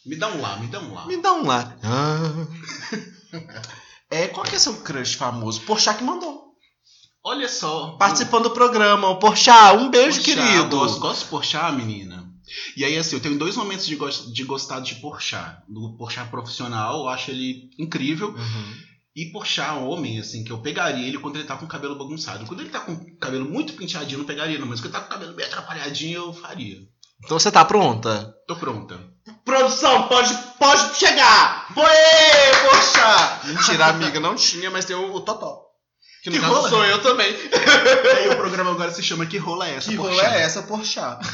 Me dá um lá, me dá um lá. Me dá um lá. Ah, É, qual que é seu crush famoso? Porchat que mandou. Olha só. Participando do programa. O Porchat, um beijo, Porchat, querido. Gosto, gosto de porchar, menina. E aí, assim, eu tenho dois momentos de, gos- de gostar de porchar. Do porchar profissional, eu acho ele incrível. Uhum. E porchar homem, assim, que eu pegaria ele quando ele tá com o cabelo bagunçado. Quando ele tá com o cabelo muito penteadinho, eu não pegaria, não. Mas quando ele tá com o cabelo bem atrapalhadinho, eu faria. Então você tá pronta? Tô pronta. Produção, pode, pode chegar! Foi, Porchat! Mentira, amiga, não tinha, mas tem o, o Totó. Que no Que caso rola? sou eu também. E aí, o programa agora se chama Que Rola É Essa, que rola Porchat? é essa, Porchat?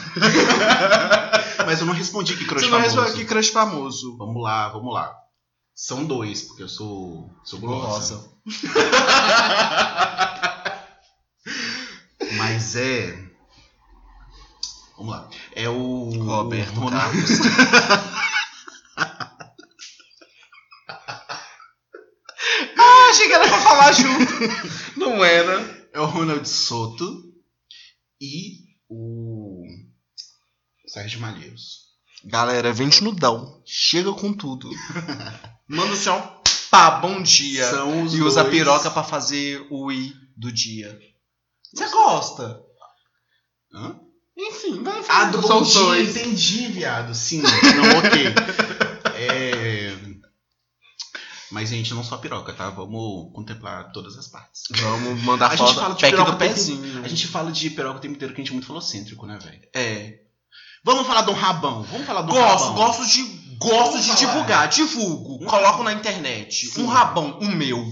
Mas eu não respondi que crush Você não famoso. respondeu que crush famoso. Vamos lá, vamos lá. São dois, porque eu sou, sou gulosa. Rosa. Mas é. Vamos lá. É o. Roberto Ronaldo. Ah, achei que era pra falar junto. não era. É o Ronald Soto e o. Sérgio Malheiros. Galera, vem de nudão. Chega com tudo. Manda o um pá, bom dia. São os e usa a dois- piroca pra fazer o i do dia. Você gosta? Hã? Enfim, vai Ah, falar. do São Bom Dia, dois. entendi, viado. Sim, não, ok. É. Mas, gente, não só piroca, tá? Vamos contemplar todas as partes. Vamos A mandar gente foto. fala de pack piroca do o tempo pezinho. A gente fala de piroca o tempo inteiro que a gente é muito falocêntrico, né, velho? É. Vamos falar de um rabão. Vamos falar de um Gosto, rabão. gosto de. Gosto Vamos de falar. divulgar, divulgo, Hum. coloco na internet. Sim. Um rabão, o meu,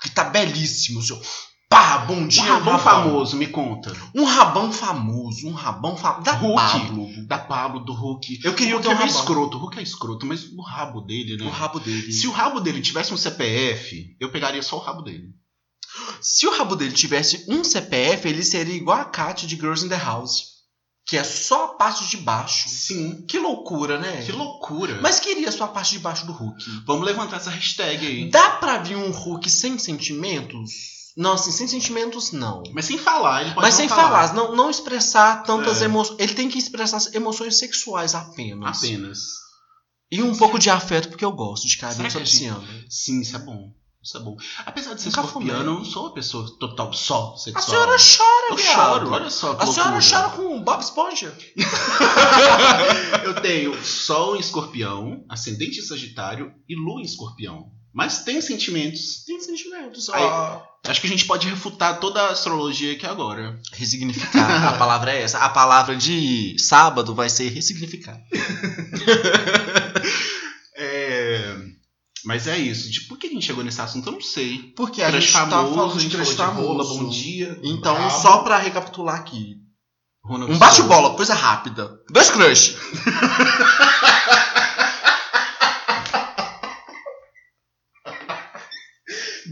que tá belíssimo, seu. Pá, bom Um dia, rabão famoso, me conta. Um rabão famoso, um rabão famoso. Da Hulk. Pablo. Da Pablo, do Hulk. Eu queria o ter Hulk um é meio rabão. escroto. O Hulk é escroto, mas o rabo dele, né? O rabo dele. Se o rabo dele tivesse um CPF, eu pegaria só o rabo dele. Se o rabo dele tivesse um CPF, ele seria igual a Kat de Girls in the House. Que é só a parte de baixo. Sim. Que loucura, né? É. Que loucura. Mas queria só a parte de baixo do Hulk. Vamos levantar essa hashtag aí. Dá pra vir um Hulk sem sentimentos? Não, assim, sem sentimentos não. Mas sem falar, ele pode Mas não sem falar. falar, não, não expressar tantas É. emoções. Ele tem que expressar as emoções sexuais apenas. Apenas. E um pouco de afeto, porque eu gosto de carinho, Será que só a se gente- ama. Sim, isso é bom. Isso é bom. Apesar de ser Nunca escorpiano, fumei. eu não sou uma pessoa total só A sexual. senhora chora, Eu viado. choro, olha só que A senhora loucura. chora com o Bob Esponja? Eu tenho Sol em Escorpião, Ascendente em Sagitário e Lua em Escorpião. Mas tem sentimentos. Tem sentimentos. Ah. Aí- ó. Acho que a gente pode refutar toda a astrologia aqui agora. Ressignificar. A palavra é essa. A palavra de sábado vai ser ressignificar. É... Mas é isso. De por que a gente chegou nesse assunto, eu não sei. Porque tá Crush famoso, É, a gente crush falou de rola, famoso. bom dia. Então, brabo, só pra recapitular aqui. Ronald Um Souza. bate-bola, coisa rápida. Dois crush.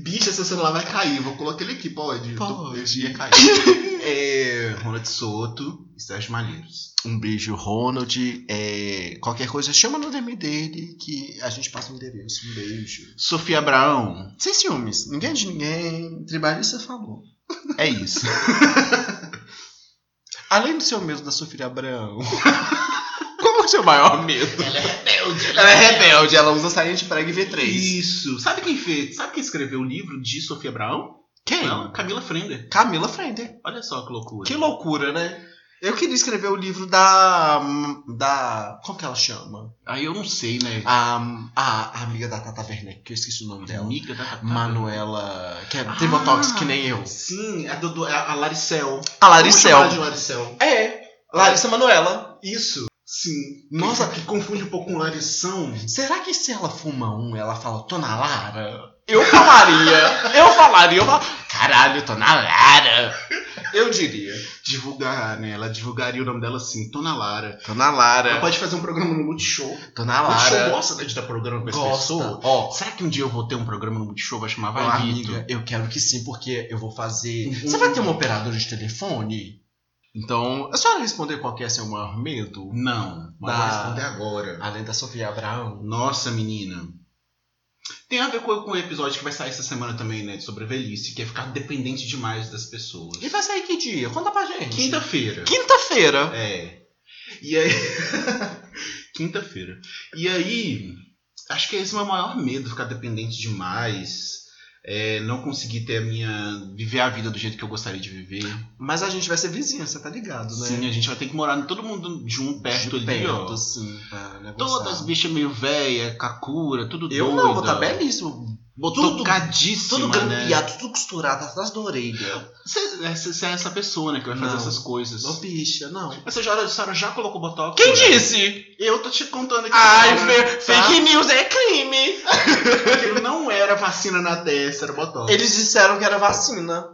Bicho, seu celular vai cair. Vou colocar ele aqui, pode? Pode. Ele ia cair. é... Ronald Soto e Sérgio Malheiros. Um beijo, Ronald. É, qualquer coisa, chama no DM dele que a gente passa o endereço. Um beijo. Sofia Abraão. Sem ciúmes. Ninguém é de ninguém. Tribalista falou. É isso. Além do seu medo da Sofia Abraão. Qual é o seu maior medo? Ela é rebelde. Ela é rebelde, ela usa sainha de prega e V3. Isso. Sabe quem fez? Sabe quem escreveu o livro de Sofia Abraão? Quem? Ela, Camila Frender. Camila Frender. Olha só que loucura. Que loucura, né? Eu queria escrever o livro da. da. Como que ela chama? Aí eu não sei, né? A, a, a amiga da Tata Werneck, que eu esqueci o nome dela. Amiga tá, da Tatá. Manuela. Que é, Ah! tem botox que nem eu. Sim, a, do, do- a, a Laricel. A Vamos chamar Laricel. de Laricel. É, Larissa Manuela. Isso. Sim. Nossa. que confunde um pouco com Larição. Será que se ela fuma um, ela fala Tona Lara? Eu falaria. eu falaria. Eu falaria. Caralho, Tona Lara. Eu diria. Divulgar, né? Ela divulgaria o nome dela assim, Tona Lara. Tona Ela Lara. pode fazer um programa no Multishow. Tona O Multishow É. Lara. gosta né, de dar programa pra essa Gosta. pessoa. Ó, Será que um dia eu vou ter um programa no Multishow? Vai chamar Fala, Valito. amiga, eu quero que sim, porque eu vou fazer. Uhum. Você vai ter uma operadora de telefone? Então, a senhora responder qual que é seu maior medo? Não, mas Dá. vou responder agora. Além da Sofia Abraão. Nossa, menina. Tem a ver com com o episódio que vai sair essa semana também, né? Sobre a velhice, que é ficar dependente demais das pessoas. E vai sair que dia? Conta pra gente. Quinta-feira. É, Quinta-feira. É. E aí. Quinta-feira. E aí. Acho que esse é o meu maior medo, ficar dependente demais. é, não conseguir ter a minha. viver a vida do jeito que eu gostaria de viver. Mas a gente vai ser vizinha, você tá ligado, né? Sim, a gente vai ter que morar todo mundo de um perto de ali, perto, ó. assim, pra negociar. Todas as bichas meio velha, cacura, tudo Eu doida. não, vou tá belíssimo. Tudo- Botocadíssima, Tudo né? grampeado, tudo costurado tá atrás da orelha. Você é essa pessoa, né, que vai fazer Não. essas coisas. Ô, bicha, não. Mas a senhora, a senhora já colocou botox? Quem né? disse? Eu tô te contando aqui. Ai, agora, fe- tá? fake news é crime. Aquilo não era vacina na testa, era botox. Eles disseram que era vacina.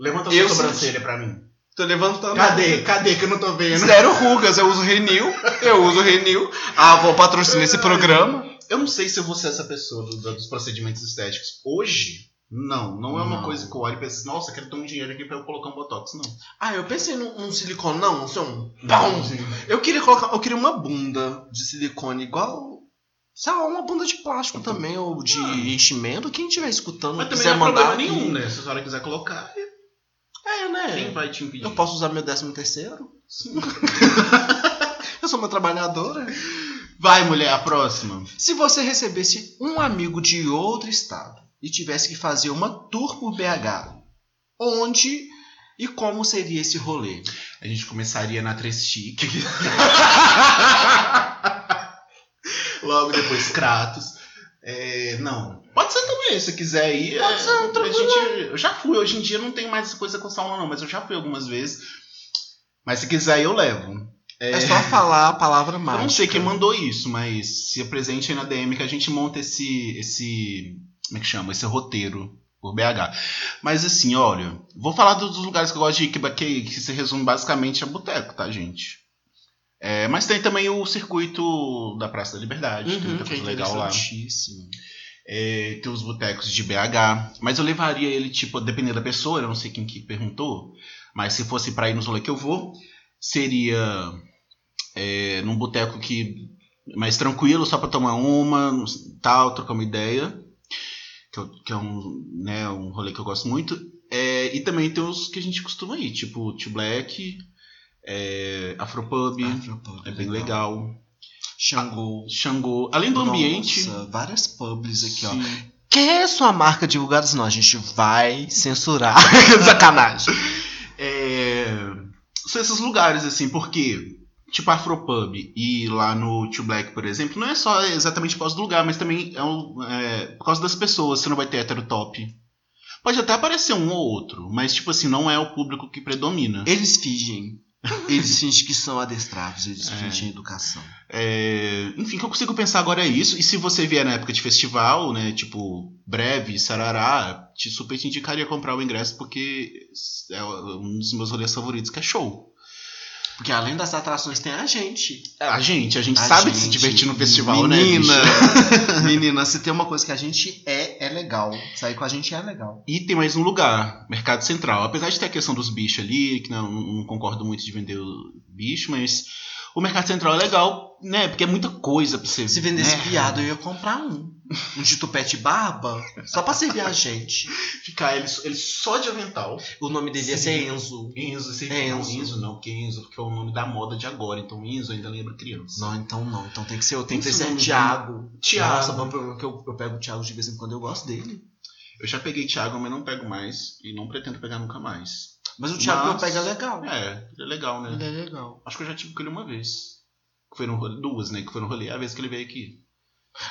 Levanta a Eu sua sobrancelha pra mim. Tô levantando. Cadê? Cadê que eu não tô vendo? Zero rugas, eu uso Renew, eu uso Renew. A avó patrocina esse programa. Eu não sei se eu vou ser essa pessoa do- do- dos procedimentos estéticos. Hoje, não. Não é uma Não. coisa que eu olho e penso, nossa, quero ter um dinheiro aqui pra eu colocar um botox. Não. Ah, eu pensei num, num silicone, não, não sei, um Não, pão. gente. Eu queria colocar, eu queria uma bunda de silicone igual, sei lá, uma bunda de plástico também, ou de Ah. enchimento. Quem estiver escutando, Mas também quiser não é mandar. problema nenhum, né? Se a senhora quiser colocar, É, quem né? vai te impedir? Eu posso usar meu décimo terceiro? Sim. Eu sou uma trabalhadora. Vai, mulher, a próxima. Se você recebesse um amigo de outro estado e tivesse que fazer uma tour por BH, onde e como seria esse rolê? A gente começaria na 3 Chic. Logo depois Kratos. É, não, Pode ser também, se quiser ir. Pode ser, é, a tranquilo. gente, eu já fui, hoje em dia não tenho mais essa coisa com sauna, não, mas eu já fui algumas vezes. Mas se quiser, eu levo. É, só falar a palavra Eu mágica. não sei quem mandou isso, mas se apresente aí na DM que a gente monta esse. esse como é que chama? Esse roteiro por BH. Mas assim, olha, vou falar do- dos lugares que eu gosto de ir, que, que, que se resume basicamente a boteco, tá, gente? É, mas tem também o circuito da Praça da Liberdade, tem muita que é coisa legal lá. interessantíssimo. É, tem os botecos de BH. Mas eu levaria ele, tipo, dependendo da pessoa, eu não sei quem que perguntou. Mas se fosse pra ir nos rolê que eu vou, seria é, num boteco que. mais tranquilo, só pra tomar uma, tal, trocar uma ideia. Que, eu- que é um, né, um rolê que eu gosto muito. É, e também tem os que a gente costuma ir, tipo T-Black, é, Afropub, Ah, é bem legal. Xangô. Xangô. Além do ambiente. Nossa, várias pubs aqui, ó. é Sim. Quer sua marca divulgada? Senão a gente vai censurar. Sacanagem. É, são esses lugares, assim, porque, tipo, Afropub e lá no Tio Black, por exemplo, não é só exatamente por causa do lugar, mas também é, um- é por causa das pessoas, você não vai ter hétero top. Pode até aparecer um ou outro, mas, tipo assim, não é o público que predomina. Eles fingem. Eles fingem que são adestrados, eles fingem educação. É, enfim, o que eu consigo pensar agora é isso, e se você vier na época de festival, né, tipo, breve, sarará, te super te indicaria comprar o ingresso, porque é um dos meus rolês favoritos, que é show. Porque além das atrações tem a gente. A Ah, gente, a gente A sabe de se gente. divertir no festival, Menina. né? bicho? Menina, se tem uma coisa que a gente é, é legal. Sair com a gente é legal. E tem mais um lugar, Mercado Central. Apesar de ter a questão dos bichos ali, que não, não concordo muito de vender o bicho, mas o Mercado Central é legal, né? Porque é muita coisa pra você Se vendesse né? viado, eu ia comprar um. Um de tupete barba. Só pra servir a gente. Ficar ele, ele só de avental. O nome dele ia Sim. ser Enzo. Enzo, você É, não, Enzo. Enzo não, porque Enzo porque é o nome da moda de agora. Então Enzo ainda lembra criança. Não, então não. Então tem que ser, tem que Enzo ser não, Thiago. Thiago. Nossa, bom, porque eu, eu pego o Thiago de vez em quando, eu gosto dele. Eu já peguei Thiago, mas não pego mais. E não pretendo pegar nunca mais. Mas o Thiago Mas- que eu pego é legal. É, ele é legal, né? Ele é legal. Acho que eu já tive com ele uma vez. Que foi no rolê, duas, né? Que foi no rolê, a vez que ele veio aqui.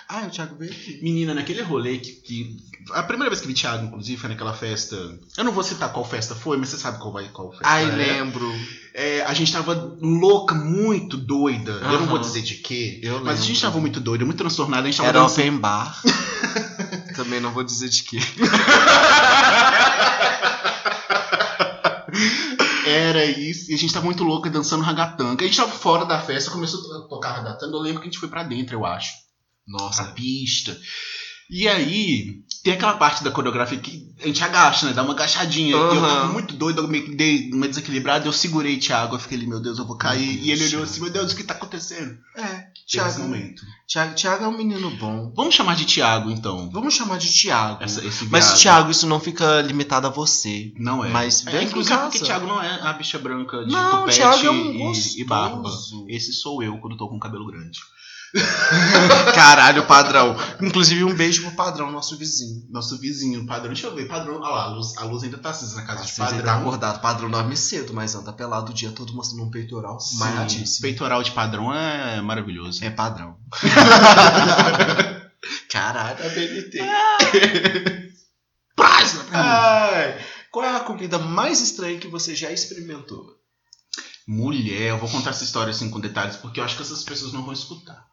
Ah, o Thiago veio aqui. Menina, naquele rolê que, que- A primeira vez que vi Thiago, inclusive, foi naquela festa. Eu não vou citar qual festa foi, mas você sabe qual, vai, qual festa. Ai, né? era. lembro. É, a gente tava louca, muito doida. Eu não Aham. vou dizer de quê. Eu Mas a gente tava muito doida, muito transtornada, a gente tava Era assim. dançando. open bar. Também não vou dizer de quê. Era isso. E a gente tava muito louca dançando ragatanga. A gente tava fora da festa, começou a tocar ragatanga. Eu lembro que a gente foi pra dentro, eu acho. Nossa, pista. E aí, tem aquela parte da coreografia que a gente agacha, né? Dá uma agachadinha. E eu Aham. tava muito doido, eu meio que dei uma desequilibrada. Eu segurei Thiago, eu fiquei ali, meu Deus, eu vou cair. Meu E ele Deus. olhou assim, meu Deus, o que tá acontecendo? É, Thiago. Esse Thiago. momento. Thiago, Thiago é um menino bom. Vamos chamar de Thiago, então. Vamos chamar de Thiago. Essa, esse Mas, viado. Thiago, isso não fica limitado a você. Não é. Mas é, vem inclusive em porque casa. Thiago não é a bicha branca de Não, topete Thiago é um e, e barba. gostoso. Esse sou eu quando tô com cabelo grande. Caralho, padrão. Inclusive, um beijo pro padrão, nosso vizinho. Nosso vizinho, padrão. Deixa eu ver, padrão. Olha lá, a luz, a luz ainda tá acesa na casa de Às vezes padrão. ele tá acordado, padrão dorme cedo, mas anda pelado o dia todo mostrando um peitoral Sim, malhadíssimo. Peitoral de padrão é maravilhoso. É padrão. Caralho. da BNT. Próxima pergunta. Ai. Qual é a comida mais estranha que você já experimentou? Mulher, eu vou contar essa história assim com detalhes, porque eu acho que essas pessoas não vão escutar.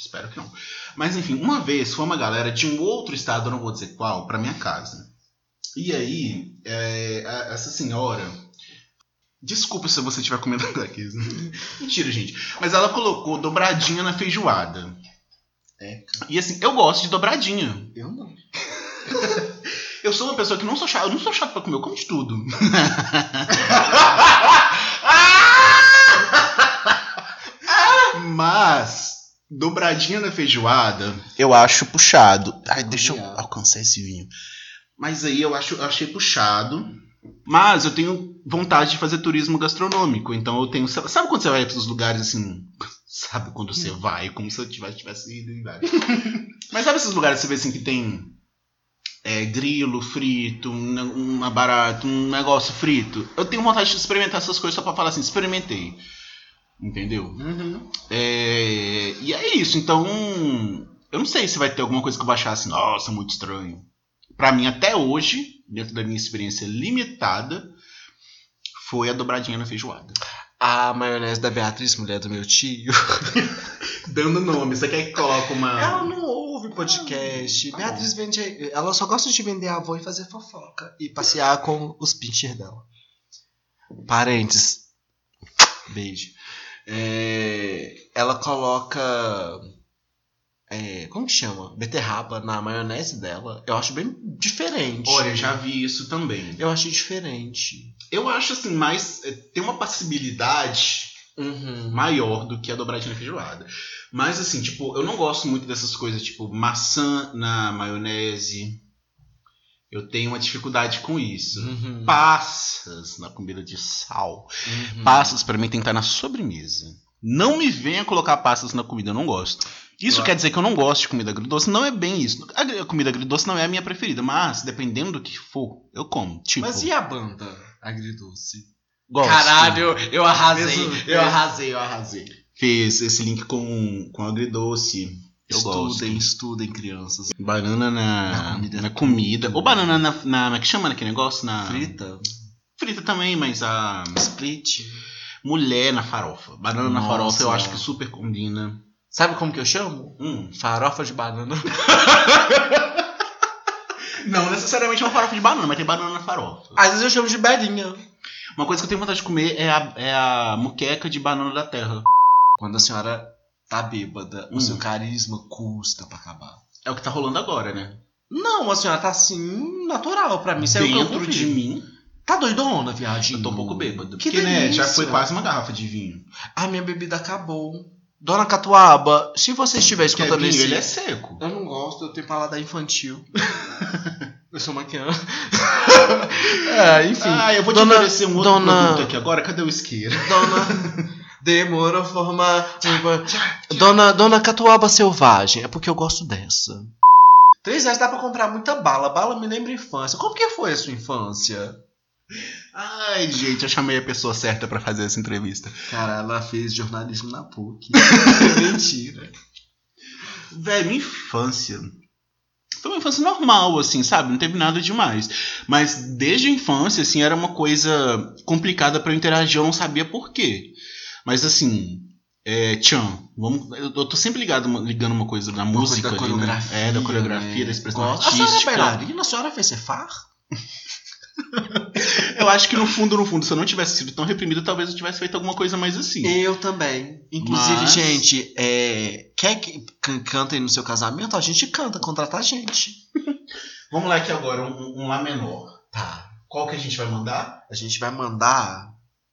Espero que não. Mas enfim, uma vez foi uma galera de um outro estado, eu não vou dizer qual, pra minha casa. E aí, é, a- essa senhora. Desculpa se você estiver comendo aqui. Mentira, gente. Mas ela colocou dobradinha na feijoada. É, E assim, eu gosto de dobradinha. Eu não. Eu sou uma pessoa que não sou chato, eu não sou chato pra comer, eu como de tudo. Mas, dobradinha na feijoada, eu acho puxado. Ai, deixa eu Viado. alcançar esse vinho. Mas aí eu acho, eu achei puxado. Mas eu tenho vontade de fazer turismo gastronômico, então eu tenho. Sabe quando você vai para os lugares assim? Sabe quando você vai, como se eu tivesse, tivesse ido em vários. Mas sabe esses lugares que você vê assim que tem é, grilo frito, um ne- uma barata, um negócio frito. Eu tenho vontade de experimentar essas coisas só pra falar assim, experimentei. Entendeu? Uhum. É, e é isso, então. Eu não sei se vai ter alguma coisa que eu vou achar assim, nossa, muito estranho. Pra mim, até hoje, dentro da minha experiência limitada, foi a dobradinha na feijoada. A maionese da Beatriz, mulher do meu tio. Dando nome, você quer que coloque É Ela uma. não ouve podcast. Ah. Tá bom. Beatriz vende. Ela só gosta de vender avô e fazer fofoca. E passear com os pincher dela. Parentes. Beijo. É, ela coloca. é, como que chama? Beterraba na maionese dela. Eu acho bem diferente. Olha, já vi isso também. Eu achei diferente. Eu acho assim, mais. eh, Tem uma passibilidade Uhum. maior do que a dobradinha na feijoada. Mas assim, tipo, eu não gosto muito dessas coisas, tipo, maçã na maionese. Eu tenho uma dificuldade com isso. Uhum. Passas na comida de sal. Uhum. Passas pra mim tem que estar na sobremesa. Não me venha colocar passas na comida, eu não gosto. Isso Eu quer dizer que eu não gosto de comida agridoce, não é bem isso. A gri- a comida agridoce não é a minha preferida, mas dependendo do que for, eu como. Tipo, Mas e a banda agridoce? gosto. eu arrasei, Mesmo- arrasei, eu arrasei. Fez esse link com, com agridoce. Eu estudem, gosto. estudem, crianças. Banana na, Na na comida. comida. Ou banana na, na. Como é que chama naquele negócio? Na, Frita, frita também, mas a. split. Mulher na farofa. Banana na Nossa. farofa eu acho que super combina. Sabe como que eu chamo? Hum. Farofa de banana. Não necessariamente uma farofa de banana, mas tem banana na farofa. Às vezes eu chamo de belinha. Uma coisa que eu tenho vontade de comer é a, é a muqueca de banana da terra. Quando a senhora tá bêbada, o Hum. seu carisma custa pra acabar. É o que tá rolando agora, né? Não, a senhora tá assim, natural pra mim. Isso é o que eu Dentro confio. de mim, Tá doidona, viadinho? eu tô um pouco bêbado. Que porque, né, delícia. já foi quase uma garrafa de vinho. A minha bebida acabou. Dona Catuaba, se você estiver Porque escutando vinho, esse... ele é seco. Eu não gosto, eu tenho paladar infantil. eu sou maquiana. é, enfim. Ah, eu vou Dona- te oferecer um outro dona- produto aqui agora. Cadê o isqueiro? Dona. Demorou formar. um Dona, Dona Catuaba Selvagem. É porque eu gosto dessa. 3 reais dá pra comprar muita bala. Bala me lembra infância. Como que foi a sua infância? Ai, gente, eu chamei a pessoa certa pra fazer essa entrevista. Cara, ela fez jornalismo na PUC. Mentira. Velho, minha infância. Foi uma infância normal, assim, sabe? Não teve nada demais. Mas desde a infância, assim, era uma coisa complicada pra eu interagir, eu não sabia por quê. Mas assim, é, Tchan, vamos, eu, eu tô sempre ligado, uma- ligando uma coisa da coisa música da ali, né? coreografia, É, da coreografia, né? da expressão Gosto. A senhora é artística. bailarina? A senhora fez cefar? eu acho que no fundo, no fundo, se eu não tivesse sido tão reprimido, talvez eu tivesse feito alguma coisa mais assim. Eu também. Inclusive, Mas- gente, é, quer que can- cantem no seu casamento? A gente canta, contrata a gente. Vamos lá aqui agora, um, um Lá menor. Tá. Qual que a gente vai mandar? A gente vai mandar.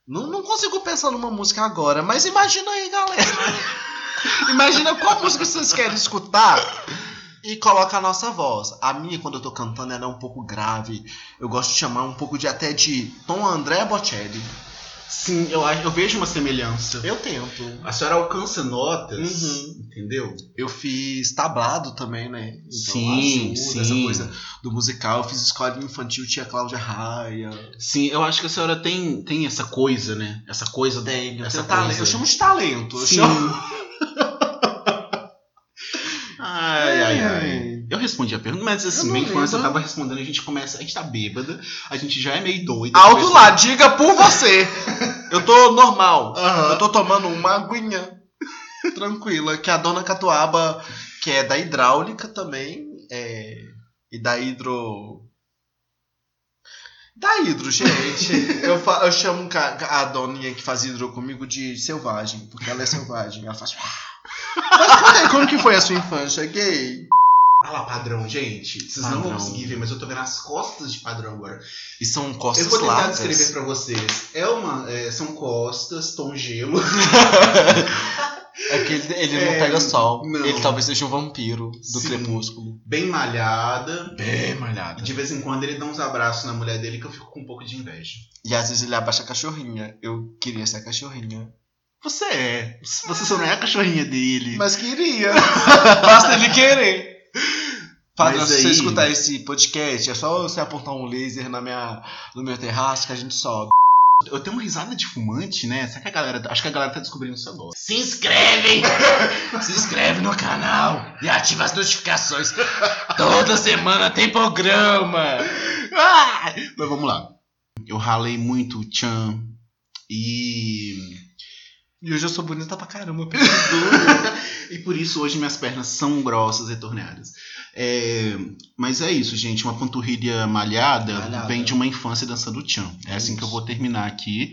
Não, não consigo pensar numa música agora, mas imagina aí, galera. imagina qual música vocês querem escutar e coloca a nossa voz. A minha, quando eu tô cantando, ela é um pouco grave. Eu gosto de chamar um pouco de até de Tom André Bocelli. Sim, eu, acho- eu vejo uma semelhança. Eu tento. A senhora alcança notas, Uhum. entendeu? Eu fiz tablado também, né? Então, Sim, ajuda sim. Essa coisa do musical. Eu fiz escola infantil, tinha Cláudia Raia. Sim, eu acho que a senhora tem, tem essa coisa, né? Essa coisa da. Tenho, Essa tenho talento. coisa. Eu chamo de talento. Eu Sim. chamo... Ai, ai, ai. Eu respondi a pergunta, mas É. Eu assim, não minha infância eu lembro. tava respondendo, a gente começa, a gente tá bêbada, a gente já é meio doido. Alto lá, diga por você. Eu tô normal. Eu Aham. tô tomando uma aguinha tranquila, que a dona Catuaba, que é da hidráulica também, é, e da hidro... Da hidro, gente. Eu, fa- eu chamo ca- a doninha que faz hidro comigo de selvagem, porque ela é selvagem. Ela faz... Mas conta aí, como que foi a sua infância, gay? Olha lá, padrão, gente. Vocês não vão Padrão. conseguir ver, mas eu tô vendo as costas de padrão agora. E são eu costas vou tentar largas. descrever pra vocês. É uma. é, são costas, tom gelo. É que ele, ele não É, pega sol. não. Ele talvez seja um vampiro do Sim. crepúsculo. bem malhada. Bem E malhado. de vez em quando ele dá uns abraços na mulher dele que eu fico com um pouco de inveja. E às vezes ele abaixa a cachorrinha. Eu queria ser a cachorrinha. Você é. Você só não é a cachorrinha dele. Mas queria. Basta ele querer. Padrão, Mas se você aí- escutar esse podcast, é só você apontar um laser na minha, no meu terraço que a gente sobe. Eu tenho uma risada de fumante, né? Será que a galera. Acho que a galera tá descobrindo isso agora. Se inscreve! Se inscreve no canal e ativa as notificações. Toda semana tem programa! Ah! Mas vamos lá. Eu ralei muito o Chan e. E hoje eu sou bonita pra caramba. e por isso hoje minhas pernas são grossas e torneadas. É, mas é isso, gente. Uma panturrilha malhada, Malhada. vem de uma infância dançando tchan. É, assim que eu vou terminar aqui.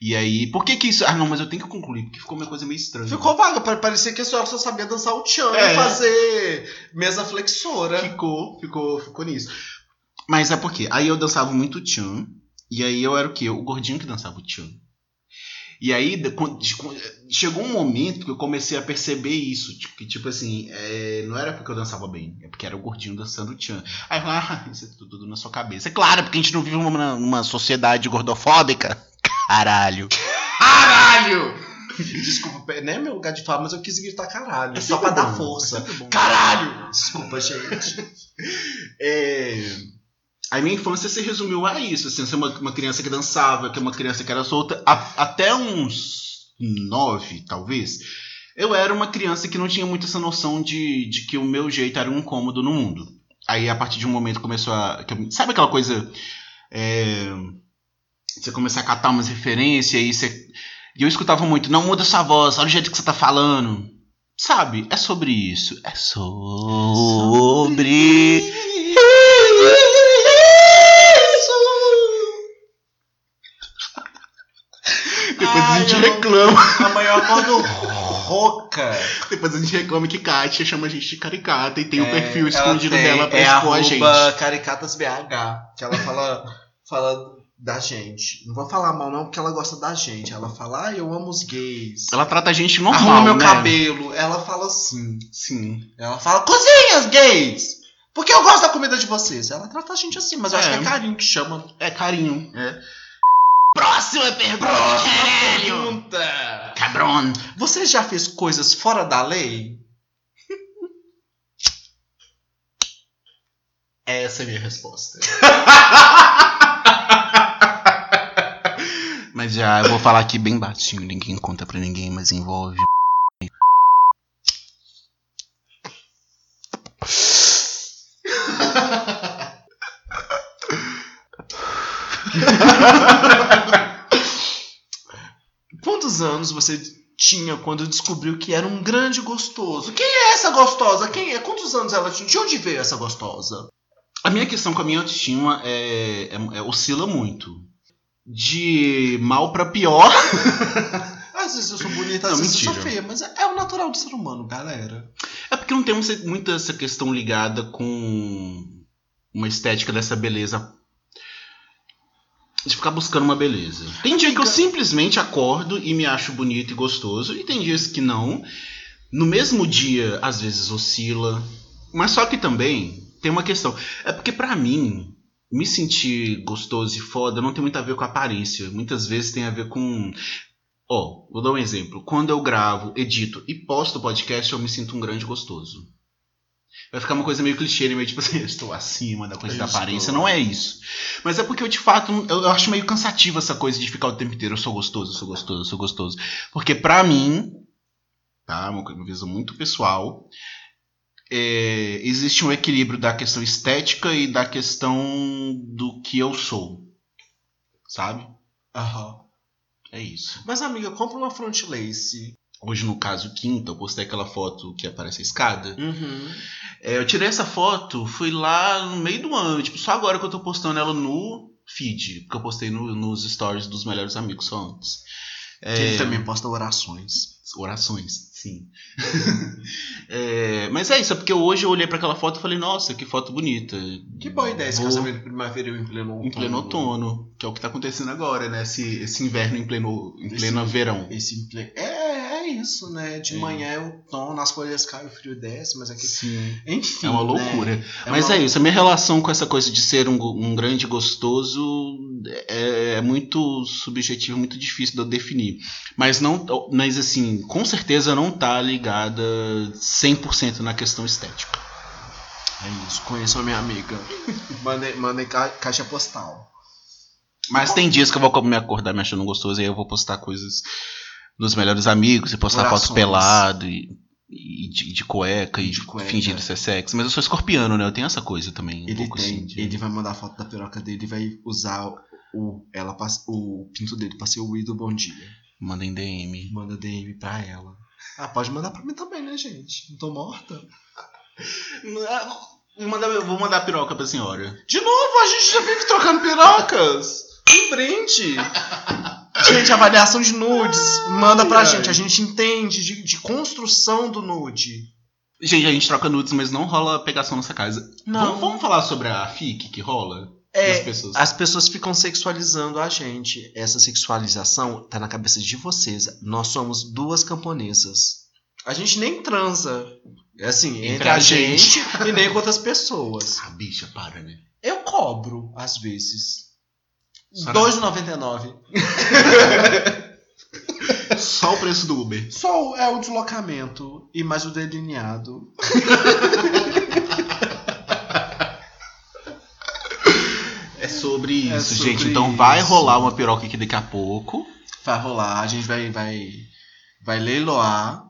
E aí, por que que isso. Ah, não, mas eu tenho que concluir, porque ficou uma coisa meio estranha. Ficou vaga, pa- parecia que a senhora só sabia dançar o tchan É. e fazer mesa flexora. Ficou, ficou, ficou nisso. Mas é porque aí eu dançava muito tchan. E aí eu era o quê? O gordinho que dançava o tchan. E aí de- quando- de- quando- chegou um momento que eu comecei a perceber isso. tipo, Que tipo assim, é, não era porque eu dançava bem, é porque era o gordinho dançando tchan. Aí eu falei, ah, isso é tudo, na sua cabeça. É claro, porque a gente não vive numa, numa sociedade gordofóbica. Caralho. Caralho! Desculpa, pe- nem é meu lugar de fala, mas eu quis gritar caralho. É só sempre pra dar bom, é força. sempre bom. Caralho! Desculpa, gente. É... A minha infância se resumiu a isso, assim, ser uma, uma criança que dançava, que é uma criança que era solta, A- até uns nove, talvez, eu era uma criança que não tinha muito essa noção de, de que o meu jeito era um incômodo no mundo. Aí, a partir de um momento, começou a... que eu- sabe aquela coisa... é, você começar a catar umas referências e você... E eu escutava muito, não muda sua voz, olha o jeito que você tá falando. Sabe? É sobre isso. É sobre... Depois a Ai, gente eu não- reclama. Amanhã eu acordo rouca. Depois a gente reclama que Kátia chama a gente de caricata e tem o É, perfil ela escondido tem- dela pra é expor a arroba gente. caricatasbh, que ela fala, fala da gente. Não vou falar mal não, porque ela gosta da gente. Ela fala, ah, eu amo os gays. Ela trata a gente normal, Arruma meu né? cabelo. Ela fala assim. Sim. Ela fala, cozinhas gays! Porque eu gosto da comida de vocês. Ela trata a gente assim, mas eu acho É. que é carinho que chama. É carinho. É. Próxima pergunta, caralho! Pergunta! Cabron. Você já fez coisas fora da lei? Essa é a minha resposta. mas já, eu vou falar aqui bem baixinho, ninguém conta pra ninguém, mas envolve. Quantos anos você tinha quando descobriu que era um grande gostoso? Quem é essa gostosa? Quem é? Quantos anos ela tinha? De onde veio essa gostosa? A minha questão com a minha autoestima é, é- é- oscila muito. De mal pra pior. Às vezes eu sou bonita, às Não, vezes eu sou mentira. feia, mas é o natural do ser humano, galera. É porque não tem muita- muita essa questão ligada com uma estética dessa beleza. De ficar buscando uma beleza. Tem dia que eu simplesmente acordo e me acho bonito e gostoso, e tem dias que não. No mesmo dia, às vezes oscila. Mas só que também tem uma questão. É porque pra mim, me sentir gostoso e foda não tem muito a ver com aparência. Muitas vezes tem a ver com. Ó, vou dar um exemplo. Quando eu gravo, edito e posto o podcast, eu me sinto um grande gostoso. Vai ficar uma coisa meio clichê, né? meio tipo assim, eu estou acima da coisa Eu da aparência. estou. Não é isso. Mas é porque eu, de fato, eu eu acho meio cansativa essa coisa de ficar o tempo inteiro, eu sou gostoso, eu sou gostoso, eu sou gostoso. Porque pra mim, tá? Uma coisa- uma visão muito pessoal. É, existe um equilíbrio da questão estética e da questão do que eu sou, sabe? Aham. É isso. Mas, amiga, compra uma front lace. Hoje, no caso, quinta, eu postei aquela foto que aparece a escada. Uhum. É, eu tirei essa foto, fui lá no meio do ano, tipo, só agora que eu tô postando ela no feed, porque eu postei no- nos stories dos melhores amigos só antes. É, Que ele também posta orações. Orações, sim. É, mas é isso, é porque hoje eu olhei pra aquela foto e falei, nossa, que foto bonita. Que boa ideia esse Vou casamento primaveril em pleno outono. Em pleno outono, que é o que tá acontecendo agora, né? Esse, esse inverno em pleno, em Esse- pleno verão. Esse em ple- é, é isso, né? De É. manhã é outono, as folhas caem, o frio desce, mas aqui. Sim. Enfim. É uma né? loucura. É Mas uma- é isso, a minha relação com essa coisa de ser um, go- um grande gostoso é, é muito subjetivo, muito difícil de eu definir. Mas não, mas assim, com certeza não tá ligada 100% na questão estética. É isso, conheçam a minha amiga. mandem, mandem ca- caixa postal. Mas tem dias que eu vou comer, acordar me achando gostoso e aí eu vou postar coisas nos melhores amigos e postar fotos Corações. pelado e, e de, de cueca e De cueca. fingindo ser sexy. Mas eu sou escorpiano, né? Eu tenho essa coisa também. Um Ele pouco tem. assim. de- Ele vai mandar a foto da piroca dele e vai usar o- o, ela, pra- o pinto dele pra ser o Wii do Bom Dia. Manda em DM. Manda DM pra ela. Ah, pode mandar pra mim também, né, gente? Não tô morta. Ah, Vou mandar, eu vou mandar a piroca pra senhora. De novo, a gente já vive trocando pirocas. Um brinde. Gente, avaliação de nudes. Manda pra ai. gente. A gente entende de, de construção do nude. Gente, a gente troca nudes, mas não rola pegação nessa casa. Vamos, vamos falar sobre a FIC que rola? Das É, pessoas. as pessoas ficam sexualizando a gente. Essa sexualização tá na cabeça de vocês. Nós somos duas camponesas. A gente nem transa. Assim, entre, a gente, e nem com outras pessoas. Ah, bicha, para, né? Eu cobro, às vezes. Será? 2,99. Só o preço do Uber. Só o- é o deslocamento e mais o delineado. É sobre isso, É sobre gente. Então vai isso. rolar uma piroca aqui daqui a pouco. Vai rolar, a gente vai, vai, vai leiloar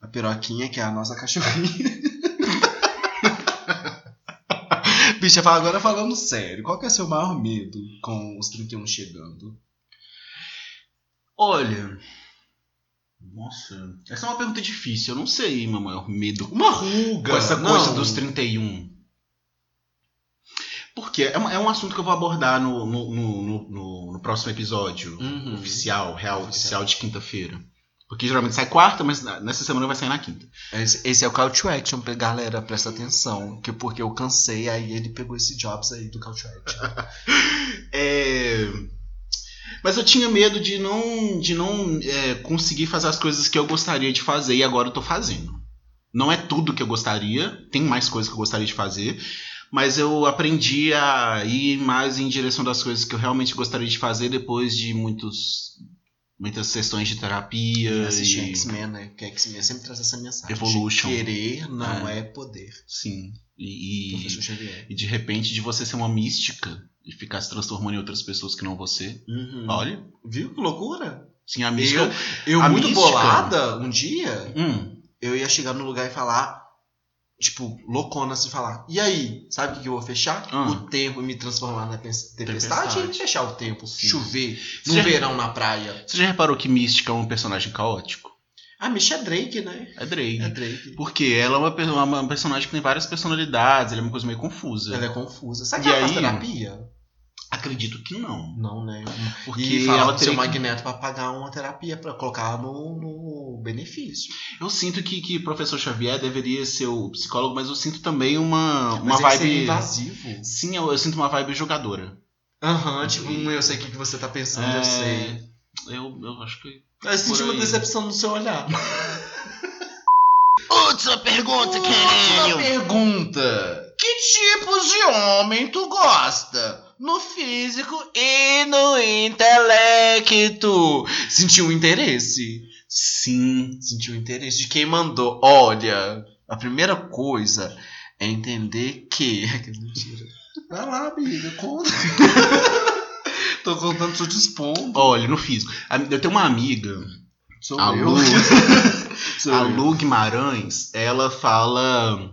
a piroquinha, que é a nossa cachorrinha. Bicha, fala- agora falando sério, qual que é o seu maior medo com os 31 chegando? Olha. Nossa. Essa é uma pergunta difícil. Eu não sei, meu maior medo. Uma ruga! Com essa coisa não. dos 31. Porque é um, é um assunto que eu vou abordar no, no, no- no- no- no próximo episódio. Uhum. Oficial, Oficial. real, Hum. oficial de quinta-feira. Porque geralmente sai quarta, mas na- nessa semana vai sair na quinta. Esse, esse é o Call to Action, pra- galera, presta atenção. Que porque eu cansei, aí ele pegou esse Jobs aí do Call to Action. É, Mas eu tinha medo de não, de não é, conseguir fazer as coisas que eu gostaria de fazer e agora eu tô fazendo. Não é tudo que eu gostaria, tem mais coisas que eu gostaria de fazer, mas eu aprendi a ir mais em direção das coisas que eu realmente gostaria de fazer depois de muitos, muitas sessões de terapia. Assistir e- X-Men, né? Porque X-Men sempre traz essa mensagem. Evolution. Querer não é, poder. Sim. E, e- Professor Xavier. e de repente de você ser uma mística e ficar se transformando em outras pessoas que não você. Hum. Olha, Viu que loucura? sim, a mística. Eu, Uhum. A muito mística. bolada, um dia, Hum. eu ia chegar no lugar e falar, tipo, loucona, assim, falar, e aí, sabe o que que eu vou fechar? Ah. O tempo e me transformar na pes- tempestade, Tempestade. e fechar o tempo, Sim. chover, no Você já- verão na praia. Você já reparou que Mística é um personagem caótico? Ah, Misha é Drake, né? É Drake. É Drake. Porque ela é uma, pe- uma- uma personagem que tem várias personalidades, ela é uma coisa meio confusa. Ela é confusa. Sabe E que ela faz aí? terapia? Acredito que não. Não, né? Porque e fala ela com teria seu que- magneto pra pagar uma terapia, pra colocar no, no benefício. Eu sinto que, que o professor Xavier deveria ser o psicólogo, mas eu sinto também uma, uma Mas ele seria vibe. invasivo. Sim, eu, eu sinto uma vibe jogadora. Aham, tipo, hum, eu sei o que, que você tá pensando, É, eu sei. Eu, eu acho que. Eu senti Por uma aí. decepção no seu olhar. Outra pergunta, pergunta: Que tipos de homem tu gosta? No físico e no intelecto. Sentiu um interesse? Sim. Sentiu interesse de quem mandou. Olha, a primeira coisa é entender que. Mentira. Vai lá, amiga, conta. Tô contando, tô dispondo. Olha, no físico. A- Eu tenho uma amiga, Sou a eu. Lu. Sou A eu. Lu Guimarães, ela fala.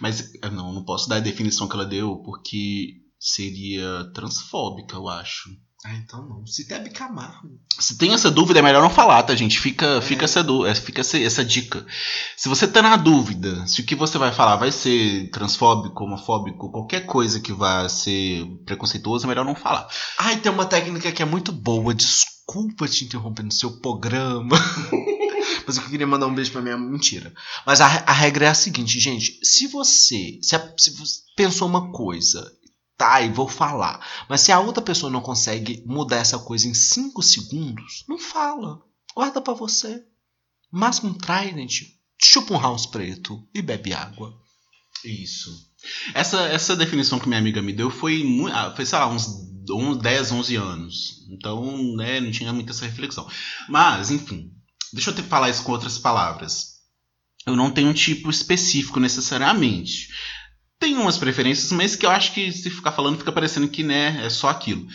Mas eu não, não posso dar a definição que ela deu, porque seria transfóbica, eu acho. Ah, então não. Se Tebe Camargo. Se tem essa dúvida, é melhor não falar, tá, gente? Fica, É. fica, essa, dú- é, fica essa, essa dica. Se você tá na dúvida se o que você vai falar vai ser transfóbico, homofóbico, qualquer coisa que vá ser preconceituoso, é melhor não falar. Ai, tem uma técnica que é muito boa. Desculpa te interromper no seu programa. Mas eu queria mandar um beijo pra minha mentira. Mas a, a regra é a seguinte, gente. Se você, se, a- se você pensou uma coisa, tá, e vou falar. Mas se a outra pessoa não consegue mudar essa coisa em 5 segundos, não fala. Guarda pra você. Masca um trident, chupa um house preto e bebe água. Isso. Essa, essa definição que minha amiga me deu foi, mu- ah, foi sei lá, uns on- 10, 11 anos. Então, né, não tinha muita essa reflexão. Mas, enfim, deixa eu te falar isso com outras palavras. Eu não tenho um tipo específico necessariamente. Tem umas preferências, mas que eu acho que se ficar falando fica parecendo que, né, é só aquilo.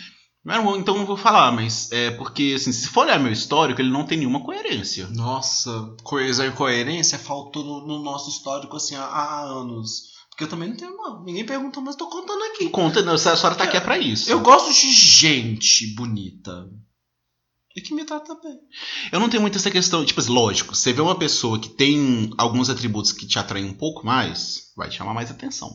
Não era um- então não vou falar, mas é porque, assim, se for olhar meu histórico, ele não tem nenhuma coerência. Nossa, coesão e coerência faltou no, no nosso histórico assim há, há anos. Porque eu também não tenho, não. Ninguém perguntou, mas eu tô contando aqui. Conta, não, essa história tá aqui é pra isso. Eu gosto de gente bonita. E que me trata bem. Eu não tenho muito essa questão, tipo, assim, lógico, você vê uma pessoa que tem alguns atributos que te atraem um pouco mais, vai te chamar mais atenção.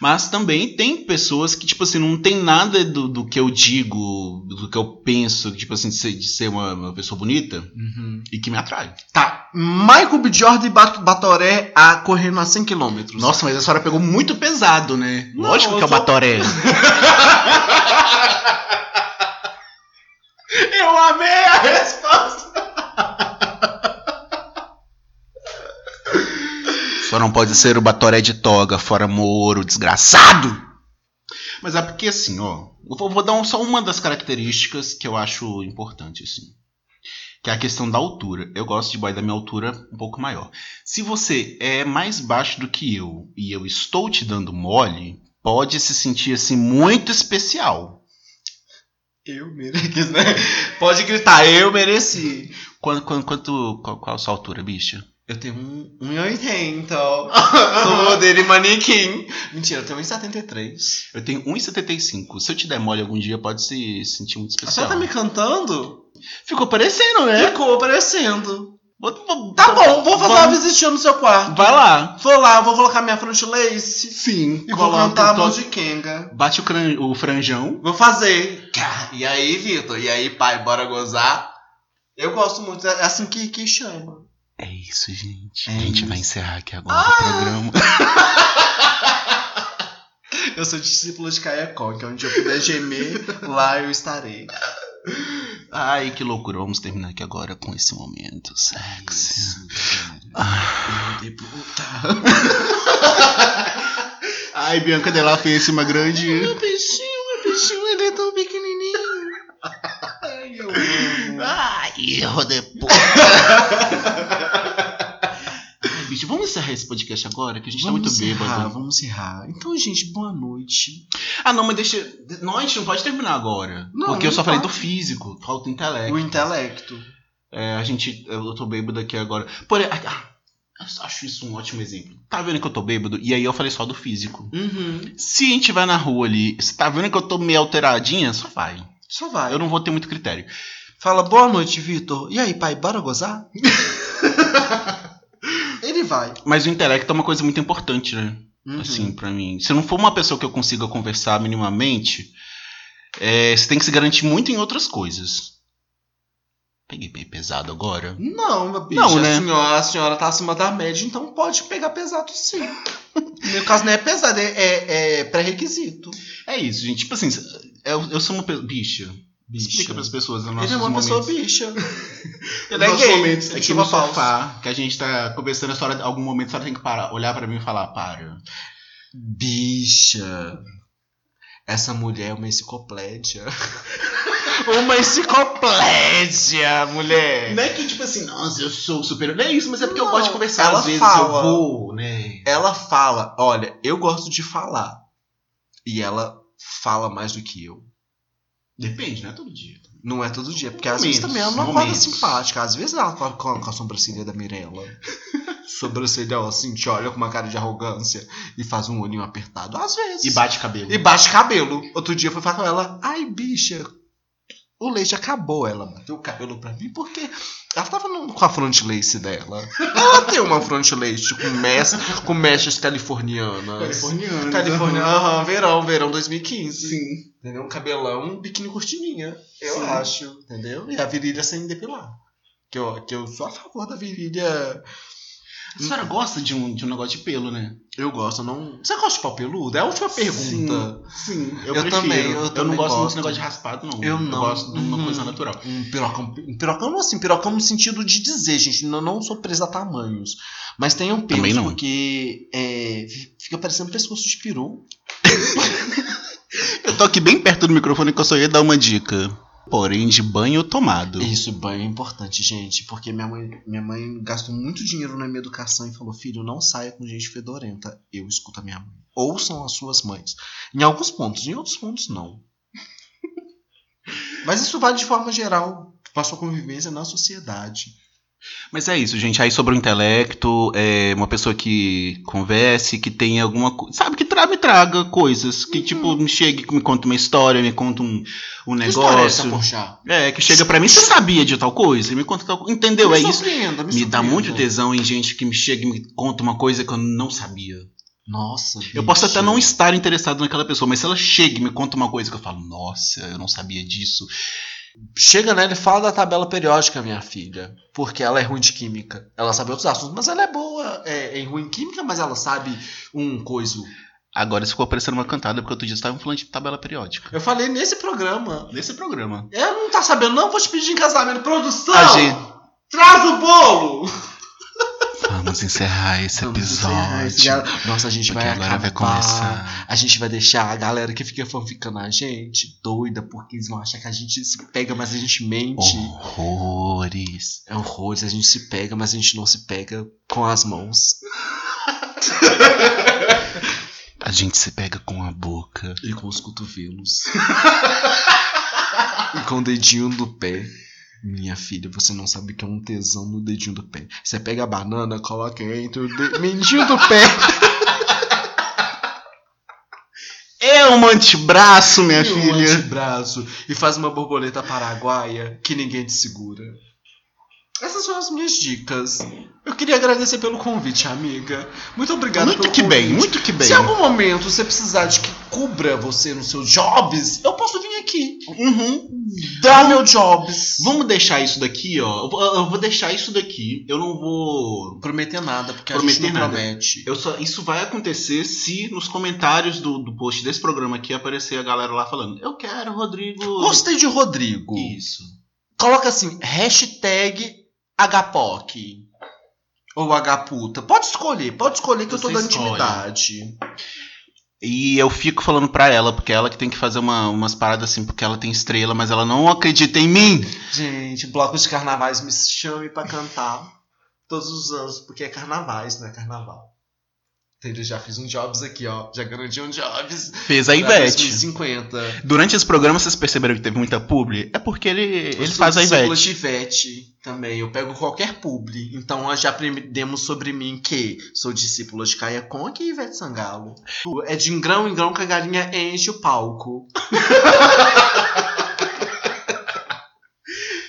Mas também tem pessoas que, tipo assim, não tem nada do, do que eu digo, do que eu penso, tipo assim, de ser, de ser uma, uma pessoa bonita Uhum. e que me atrai. Tá, Michael B. Jordan e Bat- Batoré a, correndo a 100km. Nossa, mas a senhora pegou muito pesado, né? Não, lógico eu que é o só- Batoré. eu amei a resposta! Só não pode ser o Batoré de toga, fora Moro, desgraçado! Mas é porque assim, ó. Eu vou, vou dar um- só uma das características que eu acho importante, assim. Que é a questão da altura. Eu gosto de boy da minha altura um pouco maior. Se você é mais baixo do que eu e eu estou te dando mole, pode se sentir assim muito especial. Eu mereci, né? Pode gritar, eu mereci. Quanto, quanto, quanto- qual, qual a sua altura, bicha? Eu tenho um- 1,80. Sou modelo e manequim. Mentira, eu tenho 1,73. Eu tenho 1,75. Se eu te der mole algum dia, pode se sentir muito A senhora especial. tá me cantando? Ficou parecendo, né? Ficou aparecendo. Vou- vou- Tá bom, vou fazer uma vamos- visitinha no seu quarto. Vai lá. Vou lá, vou colocar minha frente lace Sim. e vou cantar a mão de Kenga. Bate o, cran- o franjão. Vou fazer. E aí, Vitor? E aí, pai, bora gozar? Eu gosto muito, é assim que, que chama. É isso, É gente. a gente isso. vai encerrar aqui agora Ah! o programa. Eu sou discípulo de Kayakó, que é onde eu puder gemer, lá eu estarei. Ai, que loucura. Vamos terminar aqui agora com esse momento. É Ah. Sexy. Meu de puta. Ai, Bianca Della fez uma grande. Peixinho, meu peixinho, ele é tão pequenininho. Ah, Ai, eu amo. Ai, erro depois. Ai, bicho, vamos encerrar esse podcast agora, que a gente tá muito encerrar, bêbado. Vamos encerrar. Então, gente, boa noite. Ah, não, mas deixa. Não, a gente não pode terminar agora. Não, porque eu não só falei do pode. físico, falta o intelecto. O intelecto. É, a gente. Eu tô bêbado aqui agora. Porém, ah, eu acho isso um ótimo exemplo. Tá vendo que eu tô bêbado? E aí eu falei só do físico. Uhum. Se a gente vai na rua ali, você tá vendo que eu tô meio alteradinha? Só vai. Só vai. Eu não vou ter muito critério. Fala, boa noite, Vitor. E aí, pai, bora gozar? Ele vai. Mas o intelecto é uma coisa muito importante, né? Uhum. Assim, pra mim. Se não for uma pessoa que eu consiga conversar minimamente, é, você tem que se garantir muito em outras coisas. Peguei bem pesado agora. Não, meu bicho, Não, né? a, senhora, a senhora tá acima da média, então pode pegar pesado sim. No meu caso não é pesado, é, é- é pré-requisito. É isso, gente. Tipo assim, eu, eu sou uma pe- bicha. Bicha. Explica pras pessoas. Ele Ele é uma pessoa bicha. Ele é Nos gay. momentos é aqui chuva no falsa. sofá, que a gente tá conversando, a senhora, algum momento a senhora tem que parar, olhar pra mim e falar, para. Bicha. Essa mulher é uma enciclopédia. uma enciclopédia, mulher. Não é que, tipo assim, nossa, eu sou superior. Não é isso, mas é porque eu Não, gosto de conversar. ela Às vezes fala. eu vou, né? ela fala, olha, eu gosto de falar. E ela fala mais do que eu. Depende, não é todo dia. Não é todo dia, porque às Momentos, vezes também ela não acorda momentos. simpática. Às vezes ela acorda com a, com a sobrancelha da Mirella. sobrancelha assim, te olha com uma cara de arrogância e faz um olhinho apertado. Às vezes. E bate cabelo. E bate cabelo. Outro dia eu fui falar com ela, ai bicha, o leite acabou. Ela bateu o cabelo pra mim porque ela tava no- com a front lace dela. Ela tem uma front lace com, mes, com mechas californianas. Californiano. Califórnia, aham, verão, verão 2015. Sim. Entendeu? Um cabelão, um biquíni curtininha. Eu Sim. acho, entendeu? E a virilha sem depilar. Que eu, que eu sou a favor da virilha. A senhora gosta de um, de um negócio de pelo, né? Eu gosto, não. Você gosta de pau peludo? É a última pergunta. Sim. Eu, Eu prefiro. também, eu não também gosto muito gosto. desse negócio de raspado, não. Eu não. gosto de uma Uhum. coisa natural. Um pirocão, um pirocão, assim, pirocão no sentido de dizer, gente, eu não sou presa a tamanhos. Mas tenham Também peso, não. porque é, fica parecendo pescoço de peru. Eu tô aqui bem perto do microfone que eu só ia dar uma dica. Porém, de banho tomado. Isso, banho é importante, gente, porque minha mãe, minha mãe gastou muito dinheiro na minha educação e falou: filho, não saia com gente fedorenta. Eu escuto a minha mãe. Ouçam as suas mães. Em alguns pontos, em outros pontos, não. Mas isso vale de forma geral pra sua convivência na sociedade. Mas é isso, gente. Aí sobre o intelecto, é uma pessoa que converse, que tenha alguma coisa. Sabe, que tra me traga coisas. Que, tipo, me chegue, que me conta uma história, me conta um, um Que história é essa, negócio. poxa? É, que chega pra mim, você sabia de tal coisa? Me conta tal coisa. Entendeu? me É isso. surpreenda, me Me dá surpreenda. muito tesão em gente que me chega e me conta uma coisa que eu não sabia. Nossa, Eu posso bicho. até não estar interessado naquela pessoa, mas se ela chega e me conta uma coisa que eu falo, nossa, eu não sabia disso. Chega nela e fala da tabela periódica, minha filha. Porque ela é ruim de química. Ela sabe outros assuntos, mas ela é boa é, em ruim em química, mas ela sabe um coiso. Agora isso ficou parecendo uma cantada, é porque outro dia estavam falando de tabela periódica. Eu falei nesse programa. Nesse programa. Ela não tá sabendo, não? Vou te pedir em casamento. Produção! A gente- Traz o bolo! Vamos encerrar esse Vamos episódio. encerrar esse gal- Nossa, a gente Porque vai agora acabar. vai começar. A gente vai deixar a galera que fica fanficando a gente doida, porque eles vão achar que a gente se pega, mas a gente mente. Horrores. É horrores, a gente se pega, mas a gente não se pega com as mãos. A gente se pega com a boca. E com os cotovelos. e com o dedinho do pé. Minha filha, você não sabe o que é um tesão no dedinho do pé. Você pega a banana, coloca entre o de- mendinho do pé. É um antebraço, minha e um filha. antebraço e faz uma borboleta paraguaia que ninguém te segura. Essas foram as minhas dicas. Eu queria agradecer pelo convite, amiga. Muito obrigado Muito pelo que bem, convite. muito que bem. Se em algum momento você é um precisar de que cubra você nos seus jobs, eu posso vir aqui. Uhum. Dá meu jobs. Vamos deixar isso daqui, ó. Eu vou- eu vou deixar isso daqui. Eu não vou prometer nada, porque a Prometer gente não nada. promete. Eu só- isso vai acontecer se nos comentários do, do post desse programa aqui aparecer a galera lá falando: Eu quero, Rodrigo. Gostei de Rodrigo. Isso. Coloca assim, hashtag HPOC. Ou HPuta. Pode escolher, pode escolher que eu tô Você dando escolhe. intimidade. E eu fico falando pra ela, porque é ela que tem que fazer uma- umas paradas assim, porque ela tem estrela, mas ela não acredita em mim. Gente, blocos de carnavais me chame pra cantar todos os anos, porque é carnavais, não é carnaval. Entendeu? Já fiz um jobs aqui, ó. Já garanti um jobs. Fez a pra Ivete. 2050. Durante esse programa, vocês perceberam que teve muita publi? É porque ele, Eu ele sou faz a discípula Ivete. de Ivete também. Eu pego qualquer publi. Então nós já aprendemos sobre mim que sou discípula de Caia Conk e Ivete Sangalo. É de grão em grão que a galinha enche o palco.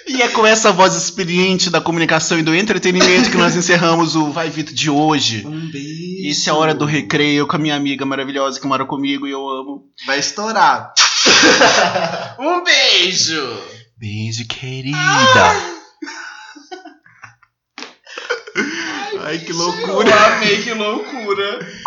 E é com essa voz experiente da comunicação e do entretenimento que nós encerramos o Vai Vito de hoje. Um beijo. Isso é a hora do recreio com a minha amiga maravilhosa que mora comigo e eu amo. Vai estourar. um beijo. Beijo, querida. Ai, que loucura. Eu amei, que loucura.